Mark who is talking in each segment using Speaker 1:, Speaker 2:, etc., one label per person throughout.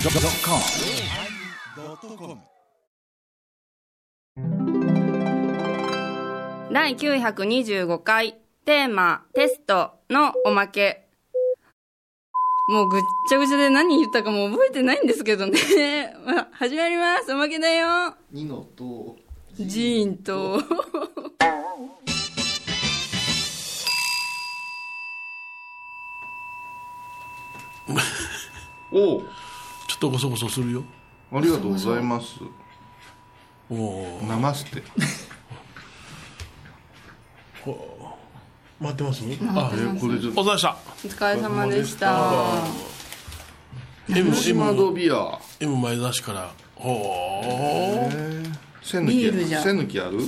Speaker 1: YONNIRI.com
Speaker 2: 第925回テーマテストのおまけもうぐっちゃぐちゃで何言ったかもう覚えてないんですけどね、 まあ始まりますおまけだよ
Speaker 3: ニノと
Speaker 2: ジーンと
Speaker 3: お
Speaker 4: ちょっとごそごそするよ。
Speaker 3: ありがとうございます
Speaker 4: おお、
Speaker 3: ナマステ
Speaker 4: 待ってます。
Speaker 3: あえこれちょっ
Speaker 4: お疲れ様でした。
Speaker 2: お疲れ様でした
Speaker 4: M
Speaker 3: と島戸ビア
Speaker 4: M 前出しから。おお。
Speaker 3: 栓
Speaker 2: ビール
Speaker 3: 抜き
Speaker 2: じゃん
Speaker 3: 栓抜きある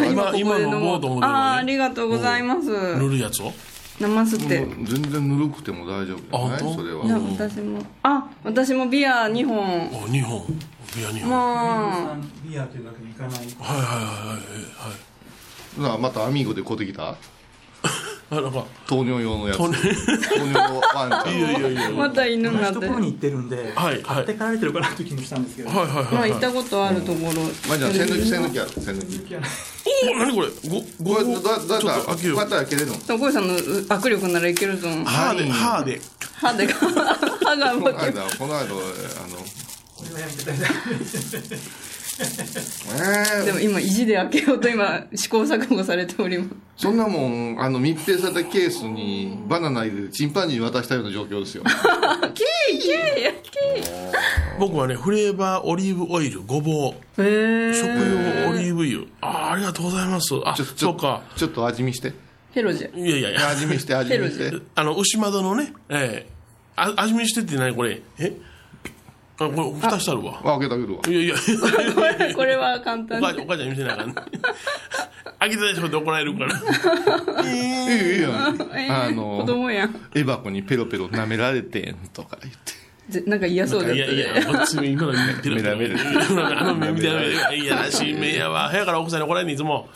Speaker 4: あ今今のもうと思うけ
Speaker 2: ああーあ
Speaker 4: どね。
Speaker 2: りがとうございます
Speaker 4: 塗るやつを。
Speaker 2: 生すって
Speaker 3: 全然ぬるくても大丈夫じゃない
Speaker 4: あ本当
Speaker 3: それ
Speaker 2: いや
Speaker 3: は
Speaker 2: 私もあ私もビア2本
Speaker 4: お二本。いや二本。はい
Speaker 2: まあ
Speaker 5: ビアというわけにいかない
Speaker 4: はいはいはいはい。
Speaker 3: なあまたアミーゴで買うてきた
Speaker 4: あなんか
Speaker 3: 糖尿用のやつ糖
Speaker 4: 糖
Speaker 3: 尿のワンちゃん
Speaker 4: いやいやいや。は い
Speaker 2: また犬になっ
Speaker 5: 一
Speaker 2: て
Speaker 5: ところに行ってるんで、
Speaker 4: はい
Speaker 5: 買って帰られてるかなという気もしたんですけど、
Speaker 4: はいはい
Speaker 2: まあ
Speaker 4: はい。
Speaker 2: 行ったことあるところ
Speaker 3: まあじゃあ栓抜き栓抜きある栓抜き
Speaker 4: お何これ。ごご
Speaker 3: これどうやどうやっ
Speaker 4: ち
Speaker 3: た
Speaker 4: ょっ
Speaker 3: ら
Speaker 4: と
Speaker 3: こ
Speaker 4: 開け
Speaker 3: う
Speaker 4: よう
Speaker 3: やっ。たら開けれるの
Speaker 2: 小さんのう握力ならいけると思う
Speaker 4: 歯で
Speaker 3: はい
Speaker 4: 歯で。
Speaker 2: 歯で歯が
Speaker 3: こ
Speaker 2: 動
Speaker 3: の
Speaker 2: け
Speaker 3: 間 この間あ
Speaker 5: これはやめてください
Speaker 3: のえ
Speaker 2: で
Speaker 3: ー
Speaker 2: も今意地で開けようと今試行錯誤されております
Speaker 3: そんなもんあの密閉されたケースにバナナ入れてチンパンジーに渡したような状況ですよ
Speaker 2: キーキーキー
Speaker 4: 僕はねフレーバーオリーブオイルごぼう
Speaker 2: へ
Speaker 4: 食用オリーブ油。あーありがとうございます。あ
Speaker 3: ちょちょ
Speaker 4: そうか。
Speaker 3: ちょっと味見して
Speaker 2: ヘロじゃ
Speaker 4: いやいやい や。
Speaker 3: 味見して味見して
Speaker 4: あの、牛窓のね、ええあ味見してって何これえあ、これ、蓋してあるわ。
Speaker 3: あ開けてあげるわ
Speaker 4: いやいや、
Speaker 2: これこれは簡
Speaker 4: お
Speaker 2: 単
Speaker 4: 母
Speaker 2: で
Speaker 4: ちゃん、お母ちゃん見せなあかんね。 開けてない人で怒られるから。
Speaker 3: いいよいいよ
Speaker 2: え
Speaker 3: あ
Speaker 2: ー子
Speaker 3: の
Speaker 2: 供やん
Speaker 3: エバコにペロペロ舐められてんとか言って
Speaker 2: ぜなんか嫌そうだっ
Speaker 4: いや
Speaker 2: た
Speaker 4: いや
Speaker 2: ね、
Speaker 4: こっち見今の見てる。
Speaker 3: メラメラ
Speaker 4: あの目見てる。いやらしい目 やわ。部屋から奥さんに怒られんねいつも。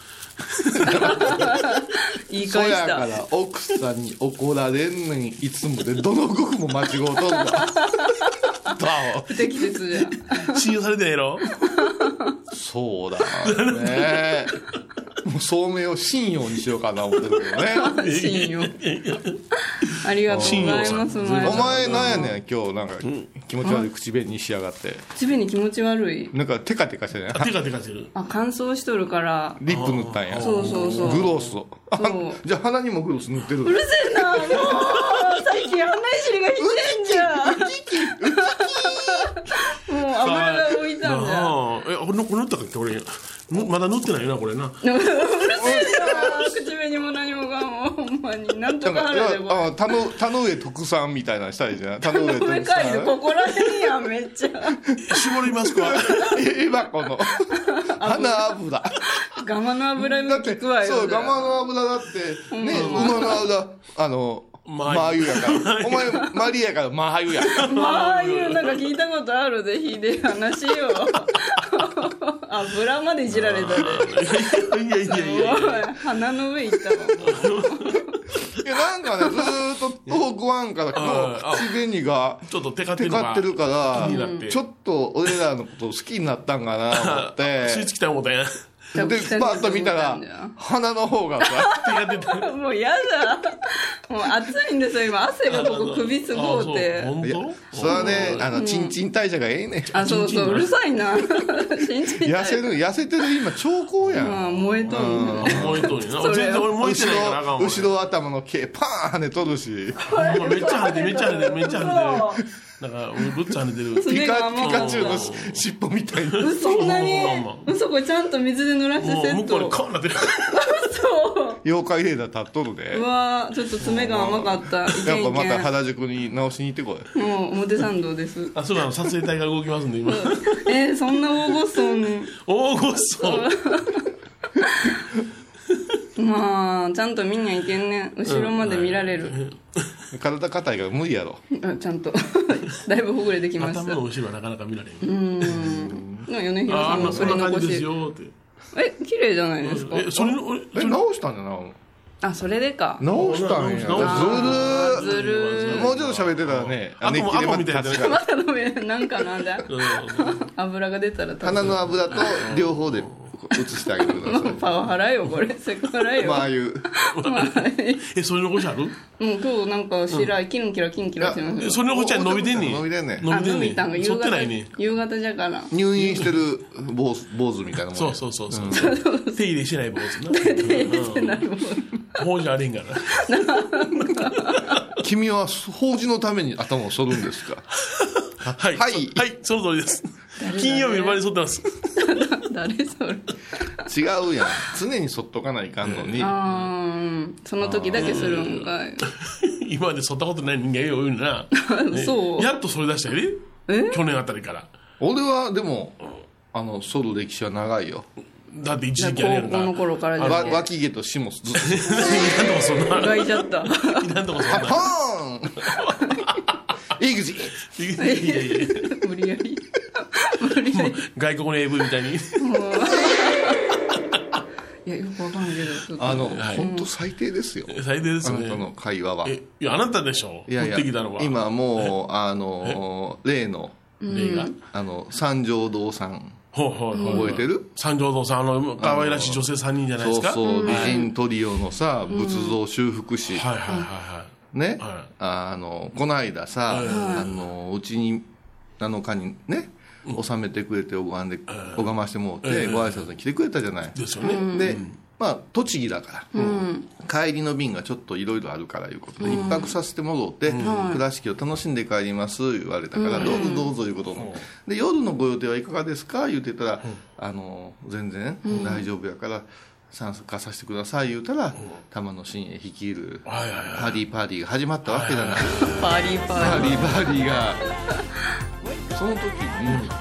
Speaker 2: 言い
Speaker 3: そ
Speaker 2: 返し
Speaker 3: やか
Speaker 2: た
Speaker 3: ら奥さんに怒られんのにいつもでどの国も間違うとん だ
Speaker 4: ドア
Speaker 2: 不適切じゃん
Speaker 4: を信用されてないや ろ
Speaker 3: そうだねもう聡明を信用にしようかな思ってるけどね
Speaker 2: 信用ありがとうございます
Speaker 4: 信
Speaker 2: 前
Speaker 4: 用さん
Speaker 3: お
Speaker 2: 田さん
Speaker 3: 前なんやねん今日なんか気持ち悪い口紅にしやがって
Speaker 2: 口紅気持ち悪い
Speaker 3: なんかテカテカしてね
Speaker 4: あ、テカテカしてる。
Speaker 2: あ乾燥しとるから
Speaker 3: リップ塗ったんや
Speaker 2: そうそうそう
Speaker 3: グロスをあ
Speaker 2: そう
Speaker 3: じゃあ鼻にもグロス塗ってる
Speaker 2: うるせえなもうさっき花石がひでんじゃんもう油が浮いたんじゃん
Speaker 4: ああ、え、これ、これ塗ったっけ俺。ぬまだ塗ってないよな、これな。
Speaker 2: 口紅も何もがもうほんまになん
Speaker 3: な
Speaker 2: と
Speaker 3: ん
Speaker 2: か
Speaker 3: かい
Speaker 2: 腹でこ
Speaker 3: やあ田の田上特産みたいなのしたいじゃ ん田上
Speaker 2: れ上
Speaker 3: 特
Speaker 2: かいの
Speaker 3: 産
Speaker 2: ここらへんやんめっちゃ
Speaker 4: 絞りますか
Speaker 3: エバコ の花油
Speaker 2: ガマの油
Speaker 3: だ
Speaker 2: が
Speaker 3: っ
Speaker 2: 効
Speaker 3: て
Speaker 2: くわよ
Speaker 3: そう
Speaker 2: じゃ
Speaker 3: ガ
Speaker 2: あ
Speaker 3: マの油だってね馬の油あの
Speaker 4: 麻油
Speaker 3: 麻油や からお前マリやから麻油や
Speaker 2: まあいうなんか聞いたことあるでひでえ話よ油までいじられたで
Speaker 4: いやいやいやいや。
Speaker 2: おい鼻の上行ったわ
Speaker 3: いやなんか ねずーっと東北湾から
Speaker 4: あ
Speaker 3: の口紅が
Speaker 4: ちょっとテカテ
Speaker 3: テ
Speaker 4: カが
Speaker 3: カってるか
Speaker 4: 気になって
Speaker 3: らちょっと俺らのこと好きになったんかなと思っ
Speaker 4: 吸い
Speaker 3: て
Speaker 4: 付きたい思ったんやん。テ
Speaker 2: 多分
Speaker 3: で
Speaker 2: 汚い
Speaker 3: パッと見た
Speaker 2: と思
Speaker 3: ら
Speaker 2: ったんだよ
Speaker 3: 鼻の方がさ
Speaker 4: カテカ。
Speaker 2: もうやだもう暑いんですよ今汗がここ首すごうて
Speaker 4: あそう本
Speaker 3: いや
Speaker 4: 当
Speaker 3: それはねあのチンチン代謝がええねん
Speaker 2: あそうそううるさいな 信じな
Speaker 3: 痩
Speaker 2: い
Speaker 3: せる痩せてる今超高や
Speaker 2: まあ
Speaker 3: ん
Speaker 2: 燃えとんね
Speaker 4: 燃えとるよな
Speaker 2: それ
Speaker 4: 全然俺燃えて
Speaker 3: 後
Speaker 4: ないからあかん
Speaker 3: ろ
Speaker 4: わ
Speaker 3: 後ろ頭の毛パーン跳ねと るし
Speaker 4: ほんまめっちゃ跳ねてるめっちゃ跳ねてるめっちゃ跳ねてるなんかうんぶっちゃ跳ねてる
Speaker 2: う爪
Speaker 3: ピカ
Speaker 2: がもう
Speaker 3: ピカチュウのし尻尾みたいに
Speaker 2: そんなに
Speaker 4: ほんまほんま
Speaker 2: 嘘これちゃんと水で濡らしてセ
Speaker 4: もう
Speaker 2: ッ
Speaker 4: 向こう
Speaker 2: ト
Speaker 4: にこうなってる
Speaker 2: そ
Speaker 3: 妖怪レーダー立っとる
Speaker 2: う
Speaker 3: で
Speaker 2: うわーちょっと爪が甘かったいけ
Speaker 3: や
Speaker 2: ん
Speaker 3: っ
Speaker 2: い
Speaker 3: ぱま
Speaker 2: け
Speaker 3: た
Speaker 2: ん
Speaker 3: 原宿に直しに行ってこい
Speaker 2: もう表参道です
Speaker 4: あそうなの撮影隊が動きますんで今
Speaker 2: えー、そんな大御所に
Speaker 4: 大御所
Speaker 2: まあちゃんと見にゃいけんね後ろまで見られる、
Speaker 3: 体硬いから無理やろ
Speaker 2: あちゃんと だいぶほぐれてきました
Speaker 4: 頭の
Speaker 2: う
Speaker 4: 後ろはなかなか見られん
Speaker 2: ん米広
Speaker 4: あ
Speaker 2: さ
Speaker 4: あ
Speaker 2: ん
Speaker 4: ま
Speaker 2: の
Speaker 4: あそ
Speaker 2: 振
Speaker 4: ん
Speaker 2: り
Speaker 4: な感
Speaker 2: 残
Speaker 4: じです
Speaker 2: し
Speaker 4: よって
Speaker 2: え綺麗じゃないですか
Speaker 4: えそれのえ
Speaker 3: え直したんじゃない
Speaker 2: あそれでか
Speaker 3: 直したんやずる
Speaker 4: 直した
Speaker 2: あずる
Speaker 3: もうちょっと喋ってたらね、
Speaker 4: あ
Speaker 3: 熱気
Speaker 4: あ
Speaker 3: で
Speaker 4: とみたいな
Speaker 3: 立つ
Speaker 2: ま
Speaker 3: から
Speaker 2: だ飲めるなんかなんだ
Speaker 4: うん
Speaker 2: 油が出たら多
Speaker 3: 鼻
Speaker 2: 分
Speaker 3: の油と両方で移してあげてくださ
Speaker 2: パワハラよこれセクハラ
Speaker 3: い。
Speaker 2: よ、
Speaker 3: まあ、ああいう。
Speaker 4: え、それ残しある
Speaker 2: もう今日なんか白いキンキラキンキラしてます
Speaker 4: え
Speaker 2: よ
Speaker 4: それ残しは伸びてんねん。
Speaker 3: 伸びてんねん
Speaker 4: 伸びてん
Speaker 2: あ
Speaker 4: ね
Speaker 2: たんが
Speaker 4: ん。
Speaker 2: 夕
Speaker 4: そって
Speaker 2: 方
Speaker 4: ないねん。
Speaker 2: 夕方じゃから
Speaker 3: 入院してる坊主坊主みたいなもんや。
Speaker 4: そうそうそうそう。手入れしてない坊主な。 手入れしてない坊主。法じゃあれんから。
Speaker 3: 君は法事のために頭を剃るんですか
Speaker 4: はい。
Speaker 3: はい
Speaker 4: そはい、その通りです。金曜日の場に沿ってます。
Speaker 2: 誰それ
Speaker 3: 違うやん常に剃っとかないかんのに、
Speaker 2: あーその時だけするんかい
Speaker 4: 今までそったことない人間よ、言うな。ね
Speaker 2: そう
Speaker 4: やっとそれ出したよね。
Speaker 2: え
Speaker 4: 去年あたりから。
Speaker 3: 俺はでもあの剃る歴史は長いよ
Speaker 4: だって一時期あれや
Speaker 2: 高
Speaker 4: ん
Speaker 2: 校
Speaker 4: か。
Speaker 2: の頃からじゃ
Speaker 3: わ
Speaker 2: な
Speaker 3: 脇毛と下もずっと
Speaker 4: なんとかそんな。
Speaker 2: がいちゃ った
Speaker 4: なんとかそん
Speaker 3: パ
Speaker 4: な。
Speaker 3: ーンイグジ
Speaker 4: いやいやいや
Speaker 2: 無理や り無理やり
Speaker 4: 外国の AV みたいに。
Speaker 2: いやよくわかんないけどちょっと
Speaker 3: あの
Speaker 4: はい
Speaker 3: 本当最低ですよ
Speaker 4: 最低です
Speaker 3: あ
Speaker 4: よ
Speaker 3: なた
Speaker 4: ね。
Speaker 3: の会話は
Speaker 4: え、いや、あなたでしょ。
Speaker 3: いやいや
Speaker 4: 持ってきたのは。
Speaker 3: 今もうあの例の
Speaker 4: 例が。
Speaker 3: あの三条堂さん
Speaker 4: ほうほうほう。
Speaker 3: 覚えてる
Speaker 4: 三条堂さん、あの、可愛らしい女性3人じゃないで
Speaker 3: そ
Speaker 4: す
Speaker 3: う
Speaker 4: か。
Speaker 3: そう美人トリオのさ仏像修復師
Speaker 4: はいはいはいは
Speaker 3: ね、
Speaker 4: は
Speaker 3: あのこの間さ、あのうちに7日にね納めてくれて拝んで、拝ましてもうて、ご挨拶に来てくれたじゃない、
Speaker 4: い。ですよね。
Speaker 3: で、まあ、栃木だから、帰りの便がちょっといろいろあるからいうことで、一泊させてもろうて、倉敷を楽しんで帰ります言われたから、どうぞどうぞいうことで,、で夜のご予定はいかがですか言うてたら、あの全然大丈夫やから。参加させてください言うたら、玉野真栄率いるパ
Speaker 4: はいはいはい
Speaker 3: ーティーパーティーが始まったわけじゃない、
Speaker 2: パリパリ
Speaker 3: バーディーバーディーがその時に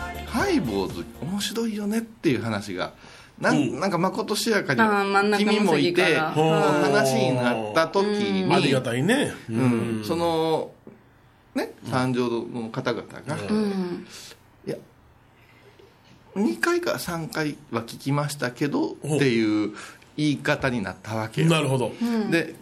Speaker 3: 「ハイボーズ面白いよね」っていう話がなん,、なんかまことしやか
Speaker 2: あー真ん
Speaker 3: に
Speaker 2: 中の
Speaker 3: 君もいて
Speaker 2: 席
Speaker 3: お
Speaker 2: から
Speaker 3: 話になった時に、
Speaker 4: ありがたいね。
Speaker 3: うんそのね三条の方々が「
Speaker 2: うん
Speaker 3: いや2回か3回は聞きましたけど」っていう言い方になったわけよ
Speaker 4: なるほど。
Speaker 3: で、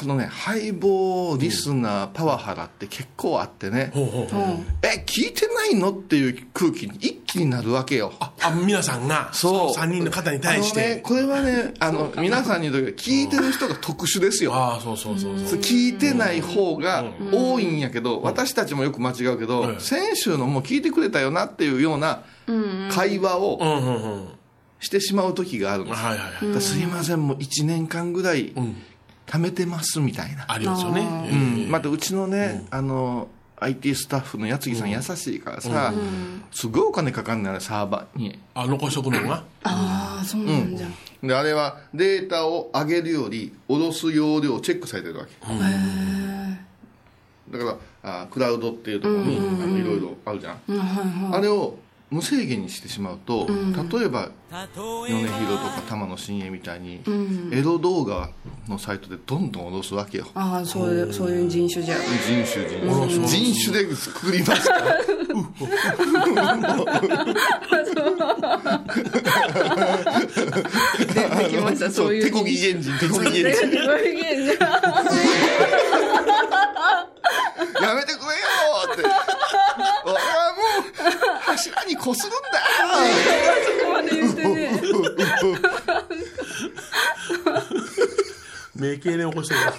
Speaker 3: このねハイボーリスナーパワハラって結構あってね、
Speaker 4: ほうほうほう。
Speaker 3: え聞いてないのっていう空気に一気になるわけよ
Speaker 4: あ、皆さんが、
Speaker 3: そう
Speaker 4: 3人の方に対し
Speaker 3: あのね
Speaker 4: て。
Speaker 3: これはねあの皆さんに言うとき聞いてる人が特殊ですよ
Speaker 4: ああ、そうそうそうそう。
Speaker 3: 聞いてない方が多いんやけど、私たちもよく間違うけど、
Speaker 4: うん
Speaker 3: 先週のもう聞いてくれたよなっていうような会話
Speaker 4: う
Speaker 3: を
Speaker 4: んうんうん。
Speaker 3: してしまう時があるんです、
Speaker 4: はいはいはい。
Speaker 3: だからすいませんもう1年間ぐらい
Speaker 4: ん
Speaker 3: 貯めてますみたいな、
Speaker 4: ありますよね。
Speaker 3: う
Speaker 4: え
Speaker 3: ん、またうちのね、あの IT スタッフの矢継ぎさん優しいからさ、すごいお金かかんのよねサーバーに
Speaker 4: あ、残しとくの が。
Speaker 2: ああそうなんじゃ
Speaker 3: であれはデータを上げるより下ろす容量をチェックされてるわけ、だからあクラウドっていうところにあのいろいろあるじゃん、あれを無制限にしてしまうと、例えば米広とか玉野真栄みたいに、エロ動画のサイトでどんどん下ろすわけよ
Speaker 2: ああそういうそういう人種じゃ
Speaker 3: 人種人種人種で作り ました
Speaker 2: 出てきました
Speaker 3: そ
Speaker 2: そうういう
Speaker 3: 手こぎ
Speaker 2: 人
Speaker 3: 原人手こぎ原人
Speaker 2: 種手こぎ芸人じゃ
Speaker 3: やめてくれよって。俺はもう、柱にこするんだ
Speaker 2: そこまで言ってね
Speaker 4: 目痙攣起こしてるから。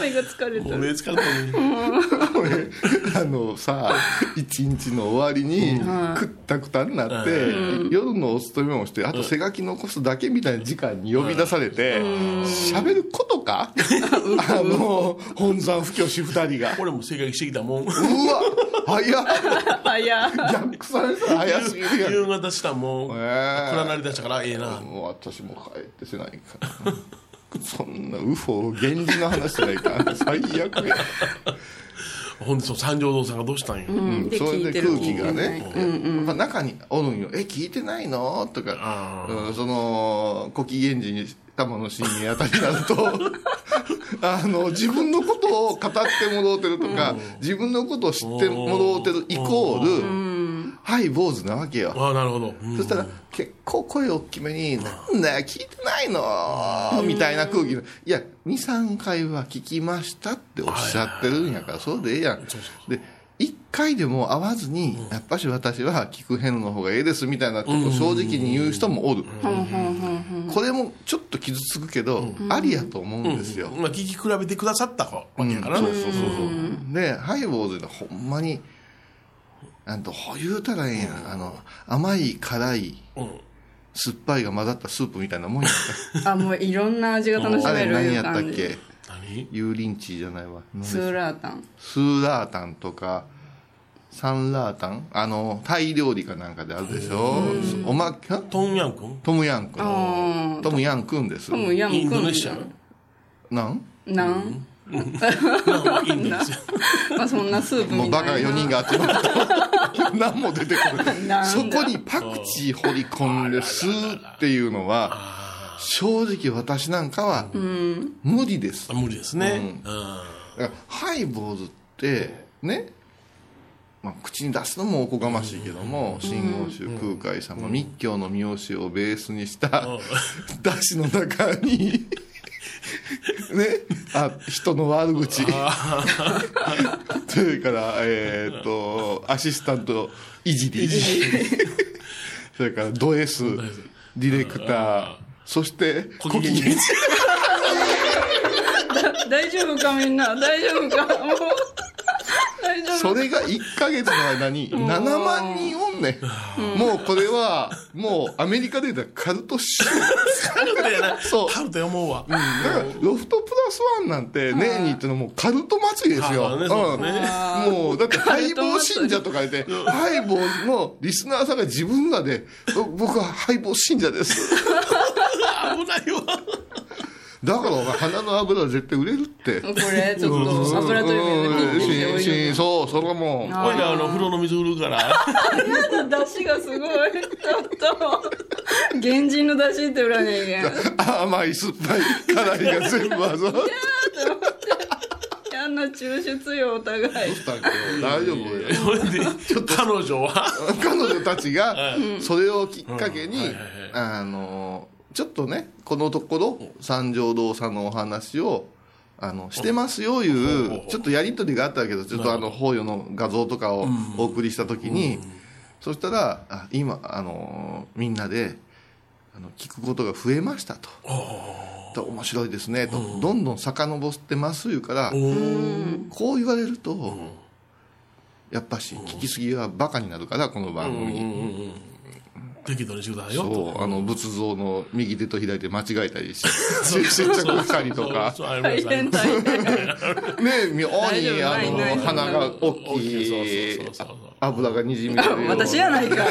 Speaker 2: 目が疲れ
Speaker 4: も
Speaker 2: た
Speaker 4: う目疲れたの に。
Speaker 3: 俺、あのさ、一日の終わりに、くったくたになって、夜のお勤めをして、あと背書き残すだけみたいな時間に呼び出されて、喋ることかあの、本山不教師二人が。
Speaker 4: 俺も正解してきたもん。
Speaker 3: うわ早っ
Speaker 2: 早い
Speaker 3: ギャックされたら早すぎるやん。
Speaker 4: 夕方したもん。
Speaker 3: え
Speaker 4: 暗
Speaker 3: ー
Speaker 4: なりだしたから、ええな。
Speaker 3: もう私も帰ってせないからなそんな UFO 源氏の話じゃないから最悪や、
Speaker 4: ほんで、そう、三条堂さんがどうしたんや。
Speaker 3: うん
Speaker 2: で
Speaker 3: それで空
Speaker 2: 聞いて
Speaker 3: 気
Speaker 2: る
Speaker 3: がね、やっぱ中におるんよ「え聞いてないの?」とか
Speaker 4: あ、
Speaker 3: うん、その古希源氏に玉の真にあたりになるとあの自分のことを語ってもろうてるとか、自分のことを知ってもろうてるイコール、パイ坊主なわけよ、
Speaker 4: ああ、なるほど。うん
Speaker 3: そしたら結構声大きめに「なんだよ聞いてないの」みたいな空気の「いや23回は聞きました」っておっしゃってるんやからそうでええやんで1回でも会わずにやっぱし私は聞く変の方がええですみたいなことを正直に言う人もおるこれもちょっと傷つくけどありやと思うんですよ
Speaker 4: まあ、聞き比べてくださったわけやから
Speaker 3: うんそうそうそうそうでハイボーズでほんまになんとほ言うたらええやんあの甘い辛い
Speaker 4: うん
Speaker 3: 酸っぱいが混ざったスープみたいなもんやん
Speaker 2: あ、もういろんな味が 楽し
Speaker 3: あ
Speaker 2: め
Speaker 3: れ
Speaker 2: る
Speaker 3: 何
Speaker 2: いう
Speaker 3: やったっ
Speaker 2: 感じ。
Speaker 3: け
Speaker 4: 何
Speaker 3: 油淋鶏じゃないわ
Speaker 2: スーラータン。
Speaker 3: スーラータンとかサンラータンあのタイ料理かなんかであるでしょおまけ
Speaker 4: トンヤン君
Speaker 3: トムヤンクントムヤンクンです
Speaker 2: トムヤム
Speaker 4: イン
Speaker 2: ク
Speaker 4: ド
Speaker 2: ン
Speaker 4: ネシア。
Speaker 3: なん
Speaker 2: なん
Speaker 4: なんかインドネシア。
Speaker 2: まあそんなスープ
Speaker 3: もう
Speaker 2: み
Speaker 3: バ
Speaker 2: たいな。
Speaker 3: カ4人が集まった。何も出て こ
Speaker 2: な
Speaker 3: なん
Speaker 2: だ
Speaker 3: い。そこにパクチー掘り込んで吸うっていうのは、正直私なんかは無理です。
Speaker 4: 無理ですね。うん
Speaker 3: だからハイボーズって、ね、まあ、口に出すのもおこがましいけども、真言宗空海様、密教の三好をベースにした、 出汁の中 に、ね、あ人の悪口。 それから、えーっと、アシスタント、いじり。 それから、ド S、ディレクター、そして、
Speaker 4: 小
Speaker 3: 小
Speaker 4: 木
Speaker 3: 木
Speaker 4: に。
Speaker 2: 大丈夫かみんな。大丈夫か。もう。大丈夫。
Speaker 3: それが1ヶ月の間に7万人おんねん。もうこれは、もうアメリカで言ったらカルト集
Speaker 4: カルトやな。
Speaker 3: そう
Speaker 4: カルトや思うわ。
Speaker 3: だから、ロフトプラスワンなんて年に行ってのもうカルト祭りですよ。
Speaker 4: あーねそううんです
Speaker 3: もう、だって、ハイボー信者とか言って、ハイボーのリスナーさんが自分らで、ぼ僕はハイボー信者です。
Speaker 4: 危ないわ。
Speaker 3: だから、お前、鼻の油絶対売れるって。
Speaker 2: これちょっと油と指でピンピンって
Speaker 3: うん
Speaker 2: 置い
Speaker 3: し
Speaker 2: て
Speaker 3: しそう、それはもう。
Speaker 4: おいら、あの、風呂の水売るから。
Speaker 2: や だ出汁がすごいちょっと原人の出汁って売らねえけん
Speaker 3: 甘い、酸っぱい、辛いが全部混ざって
Speaker 2: やんな抽出よお互い
Speaker 3: たけど、大丈夫
Speaker 4: それで、彼女は
Speaker 3: 彼女たちが、それをきっかけ
Speaker 4: うん
Speaker 3: に
Speaker 4: はいはいはい、
Speaker 3: あの、ちょっとね、このところ、三条堂さんのお話を、あの、してますよ、いう、ちょっとやりとりがあったけど、ちょっとあの、法要の画像とかをお送りしたときに、そしたら、あ今、あの、みんなで、あの、聞くことが増えましたと。と面白いですね、と。どんどん遡ってます、いうから、こう言われると、やっぱし聞きすぎはバカになるからこの番組、
Speaker 4: 適度にしてくださいよ。
Speaker 3: そうあの仏像の右手と左手間違えたり して接着したりとか
Speaker 4: そう、ありま
Speaker 2: 大
Speaker 4: すあ
Speaker 2: 変
Speaker 4: ります
Speaker 2: 大変
Speaker 3: ね妙にあ
Speaker 2: 大丈夫ないない
Speaker 3: の鼻が大きい
Speaker 4: 大きいそうそうそうそう
Speaker 3: 油がにじみ出る ような
Speaker 2: 私やないか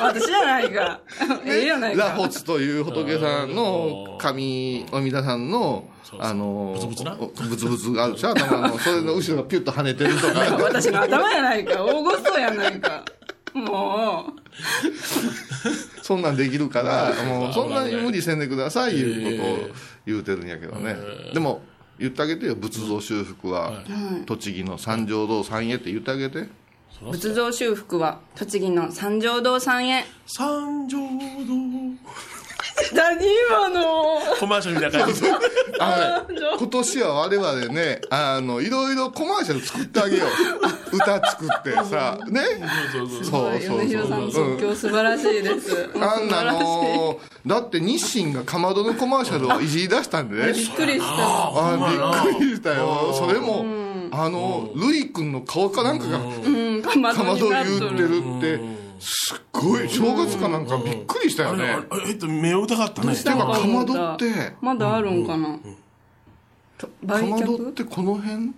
Speaker 2: 私やないかええやない
Speaker 3: ラ
Speaker 2: か
Speaker 3: ホツという仏さんの神阿弥陀さんのあの
Speaker 4: ブツブツな
Speaker 3: ブツブツがあるでしょ頭のそれの後ろがピュッと跳ねてるとか
Speaker 2: 私の頭やないか大ごそやないかも
Speaker 3: そんなんできるから、もうそんなに無理せんでくださいいうことを言うてるんやけどね。でも、言ってあげてよ、仏像修復は。栃木の三条堂三へって言ってあげて。
Speaker 2: う仏像修復は栃木の三条堂さんへ
Speaker 4: 三条堂。
Speaker 2: 何今の
Speaker 4: コマーシャルみたいな感じ。
Speaker 3: あのね今年は我々ね、あの、いろいろコマーシャル作っ てあげよう。歌作ってさ、ね。
Speaker 4: そうそうそう。
Speaker 3: そうそう
Speaker 2: 米広さん
Speaker 3: そう。
Speaker 2: 即興素晴らしいです素晴
Speaker 3: あんな
Speaker 2: らしい
Speaker 3: の、だって日清がかまどのコマーシャルをいじり出したんでね。
Speaker 2: びっくりした
Speaker 3: あびっくりしたよ。それも、あの、ルイ君の顔かなんかが、
Speaker 2: うんかま
Speaker 3: かま
Speaker 2: ど
Speaker 3: ど
Speaker 2: に
Speaker 3: 言
Speaker 2: なっ
Speaker 3: う
Speaker 2: と
Speaker 3: て
Speaker 2: る
Speaker 3: るって、すっごい、正月かなんかびっくりしたよ
Speaker 4: あれ、
Speaker 3: ね
Speaker 4: あ。れえっと、目を疑ったね。
Speaker 3: てか、かまどって、
Speaker 2: まだあるんかなと
Speaker 3: か
Speaker 2: 売
Speaker 3: まどっ
Speaker 2: 却
Speaker 3: てこの辺、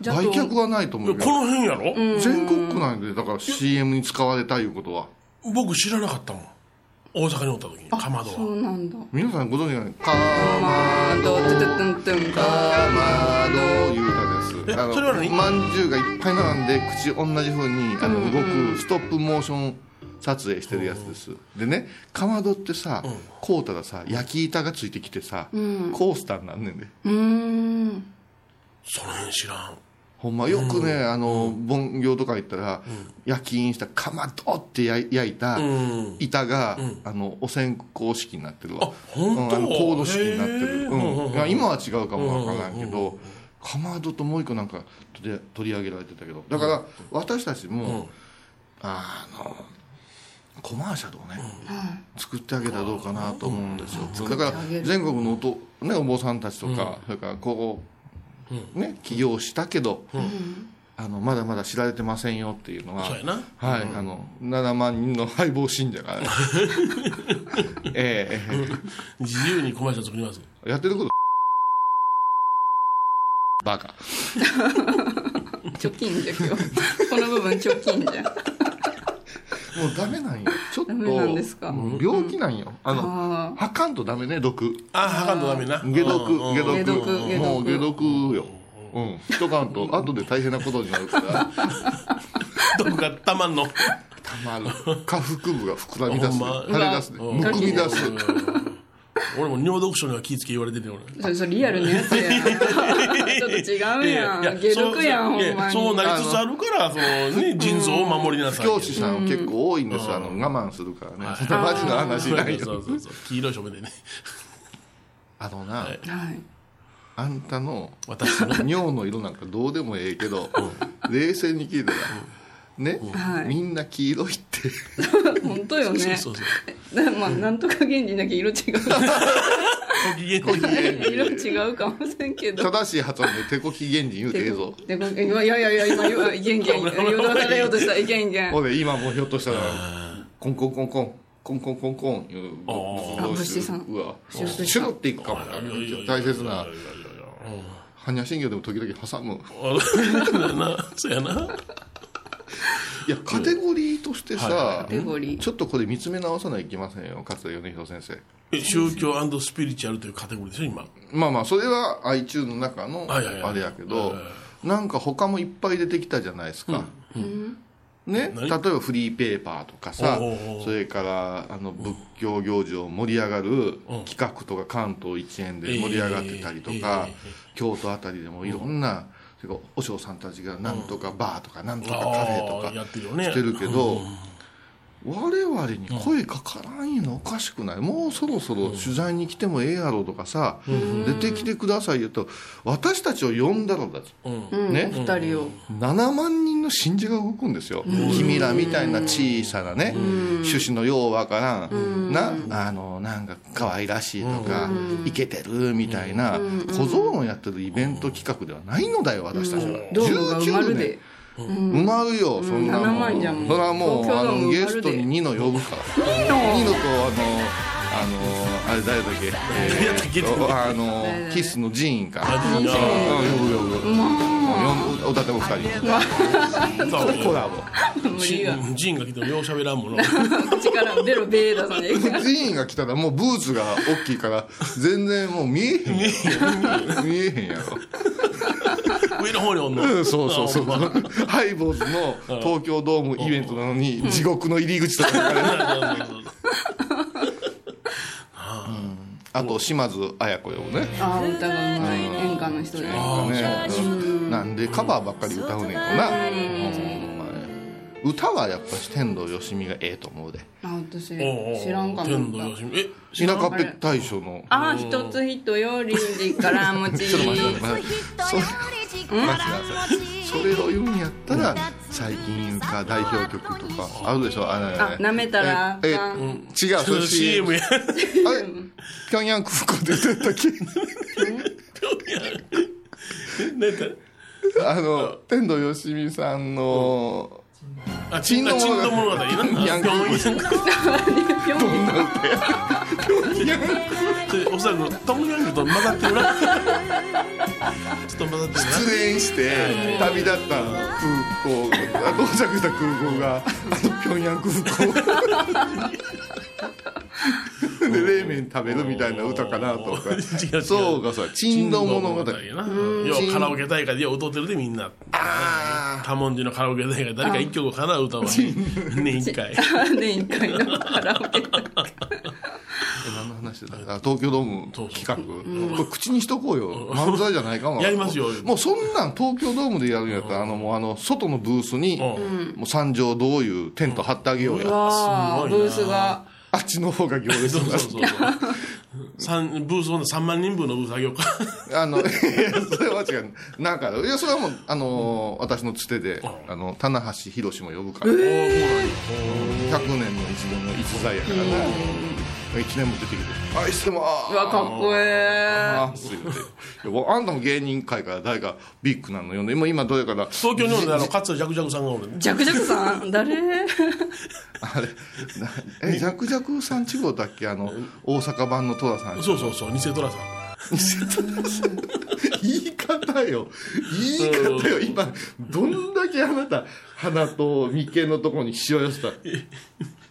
Speaker 2: じゃあ
Speaker 3: 売却はないと思うけ
Speaker 4: こ
Speaker 3: ど、
Speaker 4: の辺やろ
Speaker 3: 全国区内で、だから CM に使われたいうことは。
Speaker 4: 僕知らなかったもん。大阪におった時に、かまど
Speaker 2: そ
Speaker 4: は。
Speaker 2: うなんだ
Speaker 3: 皆さんご存知ないか
Speaker 2: まどトゥトゥトゥントゥン
Speaker 3: かまどゆうたで
Speaker 4: え
Speaker 3: す。あ
Speaker 4: それは何
Speaker 3: の、まんじゅうがいっぱい並んで、口同じ風に、あの、動く、ストップモーション撮影してるやつです。でね、かまどってさ、こうたらさ、焼き板がついてきてさ、コースターになんねんで。
Speaker 2: うーん
Speaker 4: その辺知らん。
Speaker 3: ほんまよくね、あの盆行とか行ったら、夜勤したかまどって焼い焼いた
Speaker 4: うん
Speaker 3: 板が、あのお線香式になってるわ
Speaker 4: あ本当
Speaker 3: うんあのコード式になって
Speaker 4: へ
Speaker 3: る、
Speaker 4: ー
Speaker 3: うん
Speaker 4: うん
Speaker 3: いや今は違うかもわからんけど、かまどともう一個なんか取り取り上げられてたけどだから私たちも、
Speaker 4: うん
Speaker 3: あのコマーシャルをね、作ってあげたらどうかなと思うんですよ、だから全国のおと、ね、お坊さんたちとか、それからこう、ね、起業したけど、あのまだまだ知られてませんよっていうのは
Speaker 4: そうやな
Speaker 3: はい、あの7万人の敗亡信者が、 ねええ
Speaker 4: 自由にコマーシャル作ります
Speaker 3: やってることバカ
Speaker 2: 貯金じゃ今 日この部分貯金じゃ
Speaker 3: もうダメなんよちょっと
Speaker 2: ダメなんですか
Speaker 3: もう病気なんよ、あの
Speaker 2: あ
Speaker 3: はかんとダメね毒
Speaker 4: あはかんとダメな
Speaker 3: 解毒解
Speaker 2: 解
Speaker 3: 毒
Speaker 2: 毒解毒
Speaker 3: もう解毒ようん一缶と後で大変なことになるから
Speaker 4: 毒がたまんの
Speaker 3: たまる下腹部が膨らみ出すね
Speaker 4: ほんま
Speaker 3: 腫れ出すねむくみ出す
Speaker 4: 俺も尿毒症には気ぃつけ言われてて俺
Speaker 2: あそれそれリアルなや つやちょっと違うやん解毒やんほんまに
Speaker 4: そうなりつつあるからその、ね、腎臓を守りなさい
Speaker 3: 教師さん結構多いんですよあの我慢するからねそんなマジの話
Speaker 4: そう
Speaker 3: ない
Speaker 4: そ
Speaker 3: よ
Speaker 4: うそうそう黄色い署名でね
Speaker 3: あのな
Speaker 4: はい
Speaker 2: はい
Speaker 3: あんたの
Speaker 4: 私の
Speaker 3: 尿の色なんかどうでもええけど冷静に聞いたらね
Speaker 2: はい
Speaker 3: みんな黄色いって
Speaker 2: 本当よね
Speaker 4: そうそうそう
Speaker 2: なまあ、なんとか源氏だけ 色違う
Speaker 4: ご機嫌ご機嫌
Speaker 2: 色違うかもしれんけど
Speaker 3: 正しい発音で手こき原人言うてええぞ
Speaker 2: でこいやいやいや今言わいけんいけん言うとられようとしたいけんいけん
Speaker 3: 俺今もうひょっとしたらコンコンコンコンコンコンコンコンいう
Speaker 4: あ
Speaker 2: ー物質さん
Speaker 3: うわ
Speaker 2: 物質さん
Speaker 3: シュロっていくかも大切な般若心経でも時々挟む
Speaker 4: あなそうやない
Speaker 3: やカテゴリーとしてさ
Speaker 2: カテゴリー
Speaker 3: ちょっとこれ見つめ直さないといけませんよ勝田米広先生
Speaker 4: え宗教スピリチュアルというカテゴリーでしょ今
Speaker 3: まあまあそれは iTunes の中の
Speaker 4: はいはいはい
Speaker 3: あれやけどなんか他もいっぱい出てきたじゃないですか、ね、例
Speaker 4: 何
Speaker 3: えばフリーペーパーとかさ
Speaker 4: おうおうおう
Speaker 3: それからあの仏教行事を盛り上がる企画とか関東一円で盛り上がってたりとか
Speaker 4: ええ
Speaker 3: 京都あたりでもいろんなそれからお嬢さんたちがなんとかバーとかなんとかカフェと
Speaker 4: あーや
Speaker 3: か
Speaker 4: ってるよね
Speaker 3: してるけど我々に声かからんいうのおかしくないもうそろそろ取材に来てもええやろとかさ出てきてくださいよと私たちを呼んだのだと
Speaker 4: うん
Speaker 2: うん、
Speaker 3: ね
Speaker 2: お二人を
Speaker 3: 7万人の信者が動くんですよ、君らみたいな小さなね、趣旨のようわからん、なあのなんか可愛らしいとか、イケてるみたいな、小僧のやってるイベント企画ではないのだよ、私たちは。
Speaker 2: ドームが埋まるで
Speaker 3: 埋まるよ、そんな
Speaker 2: 7
Speaker 3: も
Speaker 2: 万じゃん
Speaker 3: ん。それはもう、
Speaker 2: 東京
Speaker 3: あ
Speaker 2: ドーム埋
Speaker 3: の
Speaker 2: まる
Speaker 3: ゲ
Speaker 2: で
Speaker 3: ストにニノ呼ぶから。ニノと、あの、あの、あれ誰だっけ、えーっとあの、キスの寺院か。
Speaker 4: あいいな
Speaker 3: うん呼ぶ呼ぶ。もう呼んおだても二人。
Speaker 4: そう
Speaker 3: コラボ。
Speaker 2: 無理が
Speaker 4: ジンが来てもようしゃべらん もの
Speaker 2: 口からベロベー出さないけん
Speaker 3: 寺院が来たらもうブーツが大きいから、全然もう見え へんやろ。見えへんやろ。
Speaker 4: 上の方におんの
Speaker 3: うんそうそうそう。
Speaker 4: あほんま
Speaker 3: ハイボーズの東京ドームイベントなのに、地獄の入り口とかにあと島津綾子呼ぶね。
Speaker 2: ああ歌がうまい演歌の人で
Speaker 3: ね、なんでカバーばっかり歌うねんかな、うんほんまね歌はやっぱし天童よしみがええと思うで
Speaker 2: あ私
Speaker 4: おうおう
Speaker 2: 知らんかも
Speaker 4: 天童よしみえ
Speaker 3: 田舎っぺ大将の
Speaker 2: ああ一つ人より力持ち
Speaker 3: ちょっと待って待って
Speaker 1: そ
Speaker 3: それを言うんやったら最近言うか代表曲とかあるでしょあれ
Speaker 2: あ舐めたら
Speaker 3: ええ
Speaker 2: あかん
Speaker 3: 違う それ
Speaker 4: CM や
Speaker 3: あれピョンヤン空港で出てたっけ
Speaker 4: なんて
Speaker 3: あの天童よしみさんの
Speaker 4: あチンのチンの物語な
Speaker 3: ヤング
Speaker 4: ピョンヤング
Speaker 2: ぴょん
Speaker 4: っておそらくトムヤングと混ざってるなちょっと混ざってるな
Speaker 3: 失恋して旅立った空港到着した空港があの平壌空港で冷麺食べるみたいな歌かなと思っ
Speaker 4: 違う違
Speaker 3: て
Speaker 4: う
Speaker 3: そうかさ「珍道物語」
Speaker 4: やなようカラオケ大会でよう歌ってるでみんな多文字のカラオケ大会誰か一曲かな歌はね一回
Speaker 2: 年一回のカラオケ
Speaker 3: 何の話だあ東京ドーム
Speaker 4: そうそう
Speaker 3: 企画、これ口にしとこうよ、漫才じゃないかも
Speaker 4: やりますよ
Speaker 3: もうそんなん東京ドームでやるんやったら、あのもうあの外のブースに、
Speaker 4: う
Speaker 3: もう三条どういうテント張ってあげようよ、あ
Speaker 2: わあ
Speaker 4: す
Speaker 2: ブ
Speaker 4: ごい
Speaker 2: ー
Speaker 4: な
Speaker 2: スが
Speaker 3: っちの方が行列
Speaker 4: そう
Speaker 3: が
Speaker 4: そうそう三ブースほんで3万人分のブースあげよ うか
Speaker 3: あの、い やそれは違う。なんか、いや、それはもう、あのー、私のつてで、あの、棚橋宏も呼ぶから、
Speaker 4: おー
Speaker 3: 100年の一度の逸材やからね。一年も出てきて、愛してま
Speaker 2: うわ
Speaker 3: ー
Speaker 2: かっこえ
Speaker 3: すって言っていやもうあんたも芸人界から誰かビッグなの呼んで、今、今どれから、
Speaker 4: 東京におるのあの勝田ジャクジャクさんがおる
Speaker 2: えジャクジャクさん誰
Speaker 3: あれ、なえ、ジャクジャクさん地方だっけあの、大阪版の寅さん。
Speaker 4: そうそうそう偽トラさん
Speaker 3: 言い方よ言い方よ今どんだけあなた鼻と眉間のところにしわ寄せた